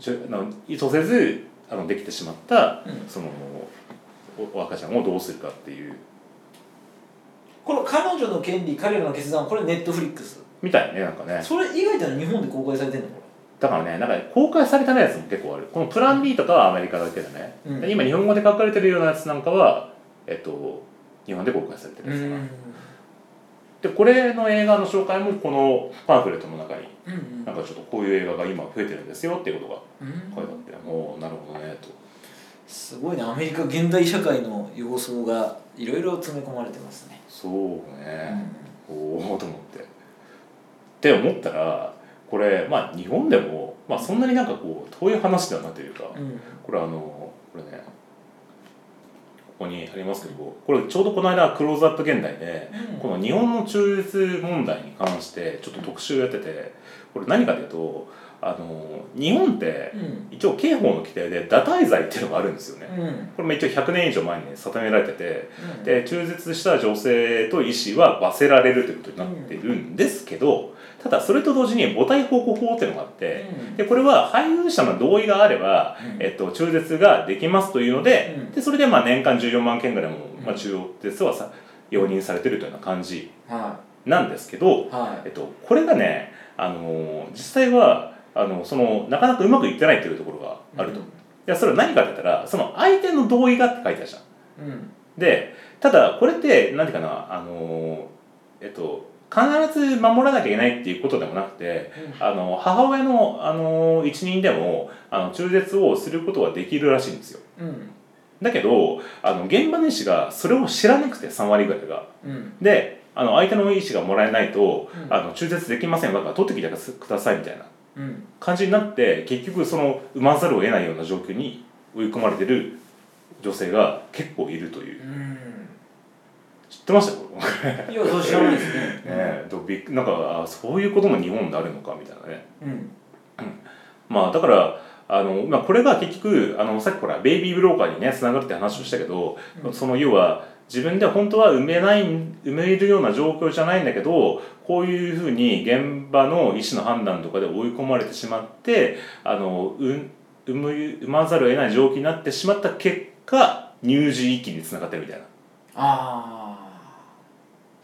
[SPEAKER 1] じゅな意図せずあのできてしまった
[SPEAKER 2] うん
[SPEAKER 1] そのお赤ちゃんをどうするかっていう
[SPEAKER 2] この彼女の権利彼らの決断はこれネットフリックス
[SPEAKER 1] みたいねなんかね
[SPEAKER 2] それ以外では日本で公開されてんのこ
[SPEAKER 1] だからねなんか公開されてないやつも結構あるこのプラン B とかはアメリカだけでね、
[SPEAKER 2] うん
[SPEAKER 1] で今日本語で書かれてるようなやつなんかはえっと日本で公開されてる
[SPEAKER 2] れ
[SPEAKER 1] やつかな、でこれの映画の紹介もこのパンフレットの中に
[SPEAKER 2] うんうん
[SPEAKER 1] なんかちょっとこういう映画が今増えてるんですよっていうことが
[SPEAKER 2] うん
[SPEAKER 1] 書いてあって、もうなるほどねと
[SPEAKER 2] すごいねアメリカ現代社会の様相がいろいろ詰め込まれてますね、
[SPEAKER 1] そう
[SPEAKER 2] う
[SPEAKER 1] ね、おおと思ってって思ったらこれまあ日本でも、まあ、そんなになんかこう遠い話だなというか、
[SPEAKER 2] うん
[SPEAKER 1] これあのこれねここにありますけどこれちょうどこの間「クローズアップ現代で」この日本の中絶問題に関してちょっと特集やっててこれ何かというとあの日本って
[SPEAKER 2] うん
[SPEAKER 1] 一応刑法の規定で堕胎罪っていうのがあるんですよね。
[SPEAKER 2] うんうん
[SPEAKER 1] これも一応100年以上前に、ね、定められててで中絶した女性と医師は罰せられるということになってるんですけどただそれと同時に母体保護法っていうのがあって
[SPEAKER 2] うん
[SPEAKER 1] でこれは配偶者の同意があればえっと、中絶ができますというので,、
[SPEAKER 2] うん
[SPEAKER 1] でそれでまあ年間14万件ぐらいも、まあ、
[SPEAKER 2] うん
[SPEAKER 1] 中絶はさ容認されてるというような感じ
[SPEAKER 2] は
[SPEAKER 1] なんですけど
[SPEAKER 2] い、は
[SPEAKER 1] えっと、これがね、あのー実際はあのそのなかなかうまくいってないというところが
[SPEAKER 2] い
[SPEAKER 1] あると、いやそれは何かって言ったらその相手の同意がって書いてあるじゃん。
[SPEAKER 2] うん
[SPEAKER 1] でただこれって何ていうかな、あのーえっと、必ず守らなきゃいけないっていうことでもなくて、あの母親のあの一任でもあの中絶をすることはできるらしいんですよ
[SPEAKER 2] うん
[SPEAKER 1] だけどあの現場の医師がそれを知らなくて3割ぐらいが
[SPEAKER 2] うん
[SPEAKER 1] であの相手の医師がもらえないと、
[SPEAKER 2] うん
[SPEAKER 1] あの中絶できませんだから取ってきてくださいみたいな
[SPEAKER 2] うん
[SPEAKER 1] 感じになって結局その産まざるを得ないような状況に追い込まれてる女性が結構いるという
[SPEAKER 2] うん
[SPEAKER 1] 知ってましたこれね
[SPEAKER 2] いやそう知らないですね
[SPEAKER 1] えどびっなんかあそういうことも日本であるのかみたいなね
[SPEAKER 2] うん
[SPEAKER 1] まあだからあの、まあ、これが結局あのさっきほらベイビーブローカーにねつながるって話をしたけど、
[SPEAKER 2] うん
[SPEAKER 1] その要は自分で本当は埋めない埋めるような状況じゃないんだけどこういうふうに現場の医師の判断とかで追い込まれてしまってあのうん産む産まざるを得ない状況になってしまった結果乳児遺棄につながってるみたい
[SPEAKER 2] ああ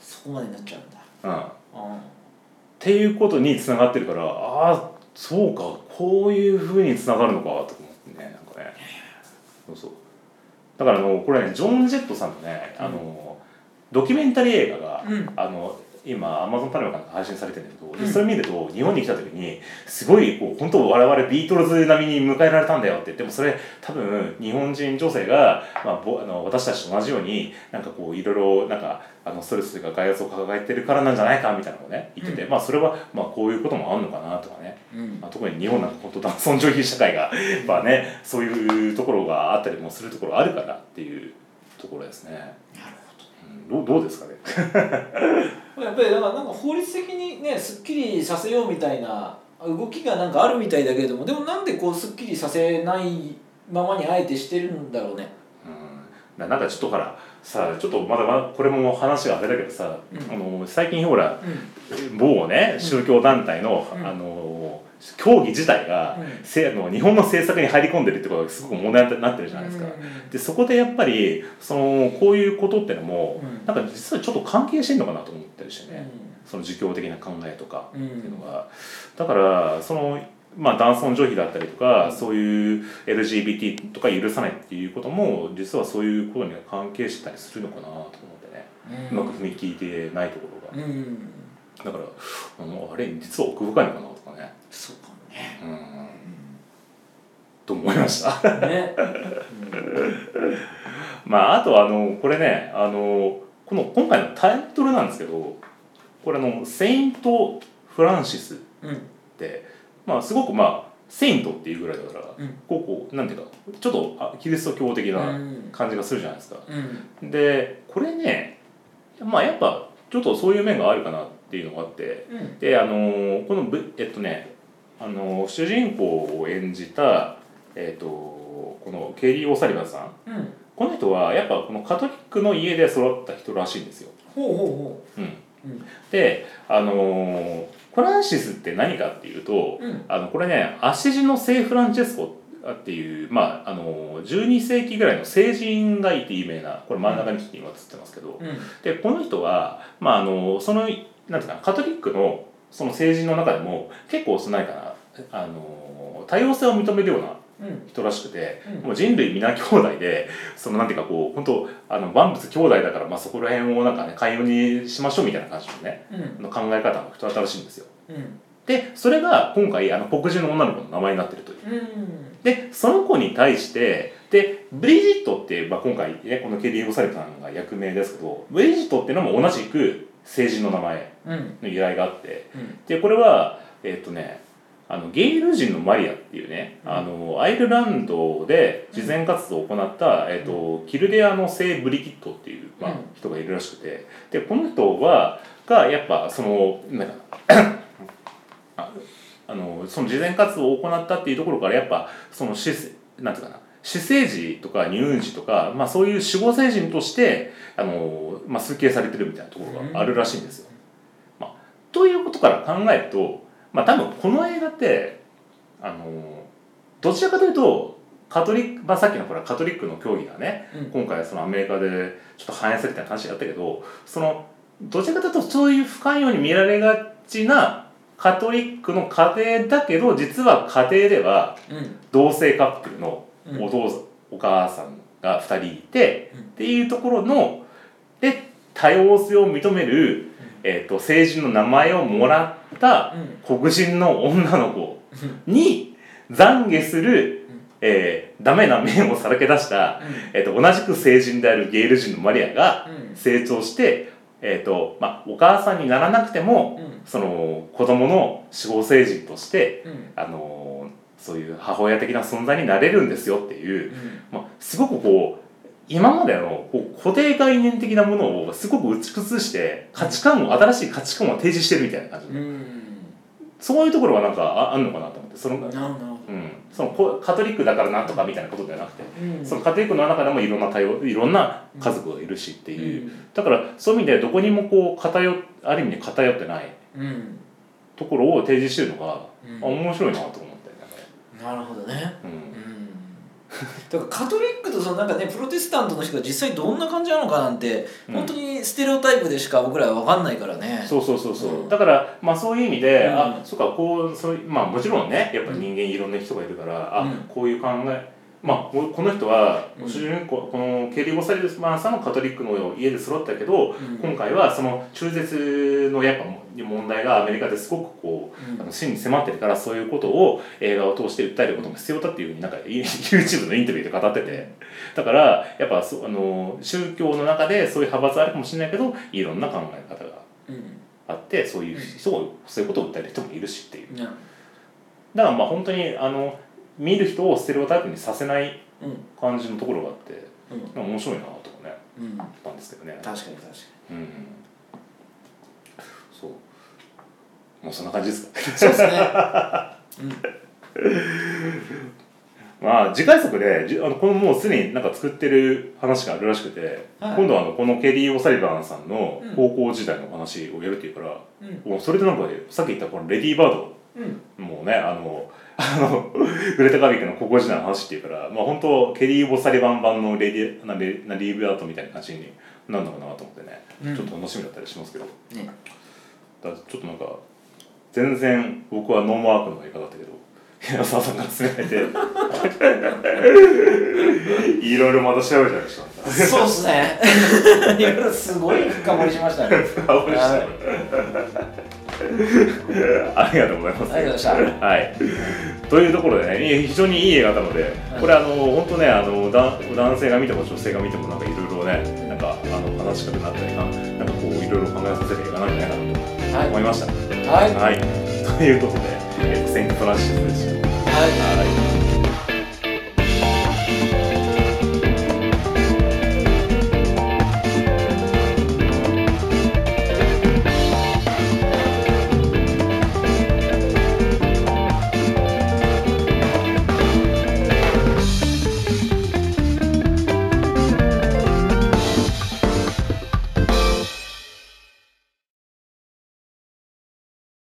[SPEAKER 2] そこまでになっちゃうんだ
[SPEAKER 1] な。うん
[SPEAKER 2] あ
[SPEAKER 1] っていうことにつながってるからああそうかこういうふうにつながるのかと思っねなんかねそうそうだからあのこれねジョン・ジェットさんのねあの、ドキュメンタリー映画が、
[SPEAKER 2] うん
[SPEAKER 1] あの今アマゾンパラメかなんか配信されてるんだけど、
[SPEAKER 2] うん
[SPEAKER 1] それ見ると日本に来た時にすごいこう本当我々ビートルズ並みに迎えられたんだよってでもそれ多分日本人女性が、まあ、ぼあの私たちと同じようになんかこういろいろなんかあのストレスというか外圧を抱えてるからなんじゃないかみたいなのをね言ってて、
[SPEAKER 2] う
[SPEAKER 1] まあそれはまあこういうこともあるのかなとかね
[SPEAKER 2] うん
[SPEAKER 1] まあ、特に日本なんか本当男尊女卑社会がまあねそういうところがあったりもするところあるからっていうところですね、
[SPEAKER 2] なるほ
[SPEAKER 1] うん、どうどうですかね
[SPEAKER 2] どやっぱりだからなんか法律的にねすっきりさせようみたいな動きがなんかあるみたいだけれどもでもなんでこうすっきりさせないままにあえてしてるんだろうね
[SPEAKER 1] うんななんかちょっとほらさちょっとまだまだこれも話があれだけどさ、
[SPEAKER 2] うん
[SPEAKER 1] あの最近ほら
[SPEAKER 2] う
[SPEAKER 1] 某ね宗教団体の、
[SPEAKER 2] うん
[SPEAKER 1] あの教義自体が、
[SPEAKER 2] うん
[SPEAKER 1] せあの日本の政策に入り込んでるってことがすごく問題になってるじゃないですか、でそこでやっぱりそのこういうことってのも、
[SPEAKER 2] うん
[SPEAKER 1] なんか実はちょっと関係してんのかなと思ったりしてね、
[SPEAKER 2] う
[SPEAKER 1] その儒教的な考えとか
[SPEAKER 2] んう
[SPEAKER 1] っていうんのが、だからそのまあ男尊女卑だったりとか、
[SPEAKER 2] うん
[SPEAKER 1] そういう LGBT とか許さないっていうことも実はそういうことには関係してたりするのかなと思ってね、うまく踏み切ってないところ
[SPEAKER 2] うん、うん、
[SPEAKER 1] が、だからあのあれ実は奥深いのかなとかね
[SPEAKER 2] そうかもね
[SPEAKER 1] うんと思いました
[SPEAKER 2] ね、
[SPEAKER 1] まああとあのこれねあのこの今回のタイトルなんですけどこれあの「セイント・フランシス」
[SPEAKER 2] うん、うん
[SPEAKER 1] って、まあ、すごくまあセイントっていうぐらいだから、
[SPEAKER 2] うん
[SPEAKER 1] こうこうなんていうかちょっとあキリスト教的
[SPEAKER 2] う
[SPEAKER 1] なん感じがするじゃないですか。
[SPEAKER 2] うん
[SPEAKER 1] でこれねまあやっぱちょっとそういう面があるかなっていうのがあって
[SPEAKER 2] うん
[SPEAKER 1] であのーこのぶえっとね、あのー主人公を演じた、えっと、このケリー・オサリバンさん
[SPEAKER 2] うん
[SPEAKER 1] この人はやっぱこのカトリックの家で育った人らしいんですよ。
[SPEAKER 2] ほうほうほ
[SPEAKER 1] うん
[SPEAKER 2] うん
[SPEAKER 1] であのーフランシスって何かっていうと、
[SPEAKER 2] ううん
[SPEAKER 1] あのこれね足地の聖フランチェスコっていう、まあ、あの12世紀ぐらいの聖人がいて有名なこれ真ん中にちょっと今映ってますけど、
[SPEAKER 2] うん
[SPEAKER 1] でこの人は、まあ、あのそのなんていうかなカトリックのその聖人の中でも結構そのないかなあの多様性を認めるような
[SPEAKER 2] うん
[SPEAKER 1] 人らしくて、
[SPEAKER 2] うん
[SPEAKER 1] もう人類皆兄弟でそのなんていうかこう本当あの万物兄弟だから、まあ、そこら辺をなんかね寛容にしましょうみたいな感じのね
[SPEAKER 2] うん
[SPEAKER 1] の考え方の人新しいんですよ。
[SPEAKER 2] うん
[SPEAKER 1] でそれが今回あの黒人の女の子の名前になってるという
[SPEAKER 2] うん
[SPEAKER 1] でその子に対してでブリジットって、まあ、今回、ね、このケリー・ゴサリさんが役名ですけどブリジットっていうのも同じく政治の名前
[SPEAKER 2] うん
[SPEAKER 1] の由来があって
[SPEAKER 2] うん
[SPEAKER 1] でこれはえっ、とねあのゲイル人のマリアっていうね、
[SPEAKER 2] うん
[SPEAKER 1] あのアイルランドで慈善活動を行った、えっとキルデアの聖ブリキットっていう、まあ
[SPEAKER 2] うん
[SPEAKER 1] 人がいるらしくてでこの人はがやっぱそのなんかああのその慈善活動を行ったっていうところからやっぱその私なんていうかな私生児とか乳児とか、まあ、そういう守護聖人としてあの、まあ、推計されてるみたいなところがあるらしいんですよ。まあ、ということから考えると、まあ、多分この映画ってあのどちらかというとカトリック、まあ、さっきのほらカトリックの教義がね
[SPEAKER 2] うん
[SPEAKER 1] 今回そのアメリカでちょっと反映するみたいな話があったけどそのどちらかというとそういう不寛容に見られがちなカトリックの家庭だけど実は家庭では
[SPEAKER 2] うん
[SPEAKER 1] 同性カップルの
[SPEAKER 2] うん
[SPEAKER 1] お父さん、お母さんが2人いて、
[SPEAKER 2] うん
[SPEAKER 1] っていうところので多様性を認める、えっと成人の名前をもらった
[SPEAKER 2] うん
[SPEAKER 1] 黒人の女の子に懺悔する、
[SPEAKER 2] うん
[SPEAKER 1] えーダメな面をさらけ出したえっと同じく成人であるゲイル人のマリアが
[SPEAKER 2] うん
[SPEAKER 1] 成長して、えっとまあ、お母さんにならなくても
[SPEAKER 2] うん
[SPEAKER 1] その子供の守護成人として、
[SPEAKER 2] うん
[SPEAKER 1] あのーそういう母親的な存在になれるんですよっていう、
[SPEAKER 2] うん
[SPEAKER 1] まあ、すごくこう今までのこう固定概念的なものをすごく打ち崩して価値観を新しい価値観を提示してるみたいな感じ、
[SPEAKER 2] うん
[SPEAKER 1] そういうところはなんかああんのかなと思ってその、う
[SPEAKER 2] なるほど
[SPEAKER 1] ん、そのこカトリックだからなんとかみたいなことではなくて。
[SPEAKER 2] うん
[SPEAKER 1] その家庭育の中でもいろんな対応いろんな家族がいるしっていう、だからそういう意味でどこにもこう偏っある意味に偏ってない
[SPEAKER 2] うん
[SPEAKER 1] ところを提示してるのが、
[SPEAKER 2] うん
[SPEAKER 1] あ面白いなと思ったよね
[SPEAKER 2] なるほどね
[SPEAKER 1] う
[SPEAKER 2] うんんだからカトリックとそのなんかねプロテスタントの人が実際どんな感じなのかなんて、
[SPEAKER 1] うん
[SPEAKER 2] 本当にステレオタイプでしか僕らは分かんないからね
[SPEAKER 1] そうそうそうそう、
[SPEAKER 2] うん
[SPEAKER 1] だからまあそういう意味で、
[SPEAKER 2] うん
[SPEAKER 1] あそうかこうそういうまあもちろんねやっぱ人間いろんな人がいるから、
[SPEAKER 2] うん
[SPEAKER 1] あこういう考えまあここの人は、
[SPEAKER 2] うん
[SPEAKER 1] 主人公このケリー・ゴサリスマンさんのカトリックの家で育ったけど、
[SPEAKER 2] うん
[SPEAKER 1] 今回はその中絶のやっぱ問題がアメリカですごくこう、
[SPEAKER 2] うん
[SPEAKER 1] あの真に迫ってるからそういうことを映画を通して訴えることも必要だっていうふう になんか YouTube のインタビューで語っててだからやっぱそうあの宗教の中でそういう派閥あるかもしれないけどいろんな考え方が
[SPEAKER 2] うん
[SPEAKER 1] あってそういう人をそういうことを訴える人もいるしっていう
[SPEAKER 2] ね
[SPEAKER 1] だからまあ本当にあの見る人をステレオタイプにさせない
[SPEAKER 2] うん
[SPEAKER 1] 感じのところがあって
[SPEAKER 2] うん
[SPEAKER 1] なんか面白いなとかね
[SPEAKER 2] うん
[SPEAKER 1] 思ったんですけどね
[SPEAKER 2] 確かに確 かに
[SPEAKER 1] うんそうもうそんな感じです か
[SPEAKER 2] そうですねうん
[SPEAKER 1] まあ次回作でじあのこのもうすでになんか作ってる話があるらしくて、
[SPEAKER 2] はい
[SPEAKER 1] 今度はあのこのケリー・オサリバンさんの
[SPEAKER 2] うん
[SPEAKER 1] 高校時代のお話をやるっていうから、
[SPEAKER 2] うん
[SPEAKER 1] もうそれでなんかさっき言ったこのレディー・バード
[SPEAKER 2] うん
[SPEAKER 1] もうね、あの、あの、 グレタ・ガービックの高校時代の話っていうから、まあ本当、ケリー・ボサリバン版のレディなレなリーブアートみたいな感じになるのかなと思ってね、
[SPEAKER 2] うん
[SPEAKER 1] ちょっと楽しみだったりしますけど、だ
[SPEAKER 2] ね
[SPEAKER 1] からちょっとなんか、全然僕はノーマークの映画だったけど、平沢さんが勧められて、 いろいろまた調べちゃいました。
[SPEAKER 2] そうですねいやすごい深掘りしましたね
[SPEAKER 1] 青森市
[SPEAKER 2] はい
[SPEAKER 1] ありがとうございます。
[SPEAKER 2] ありがとうございま
[SPEAKER 1] はい。というところでね、い非常にいい映画なので、これあの本当ね、あのだ男性が見ても女性が見てもなんかいろいろね、なんかあの話し方だったりな、なんかこういろいろ考えさせる映画なんじゃないかなと思いました。
[SPEAKER 2] はい
[SPEAKER 1] はい。ということで、えっと先日のラッシュでした。
[SPEAKER 2] はい
[SPEAKER 1] はい。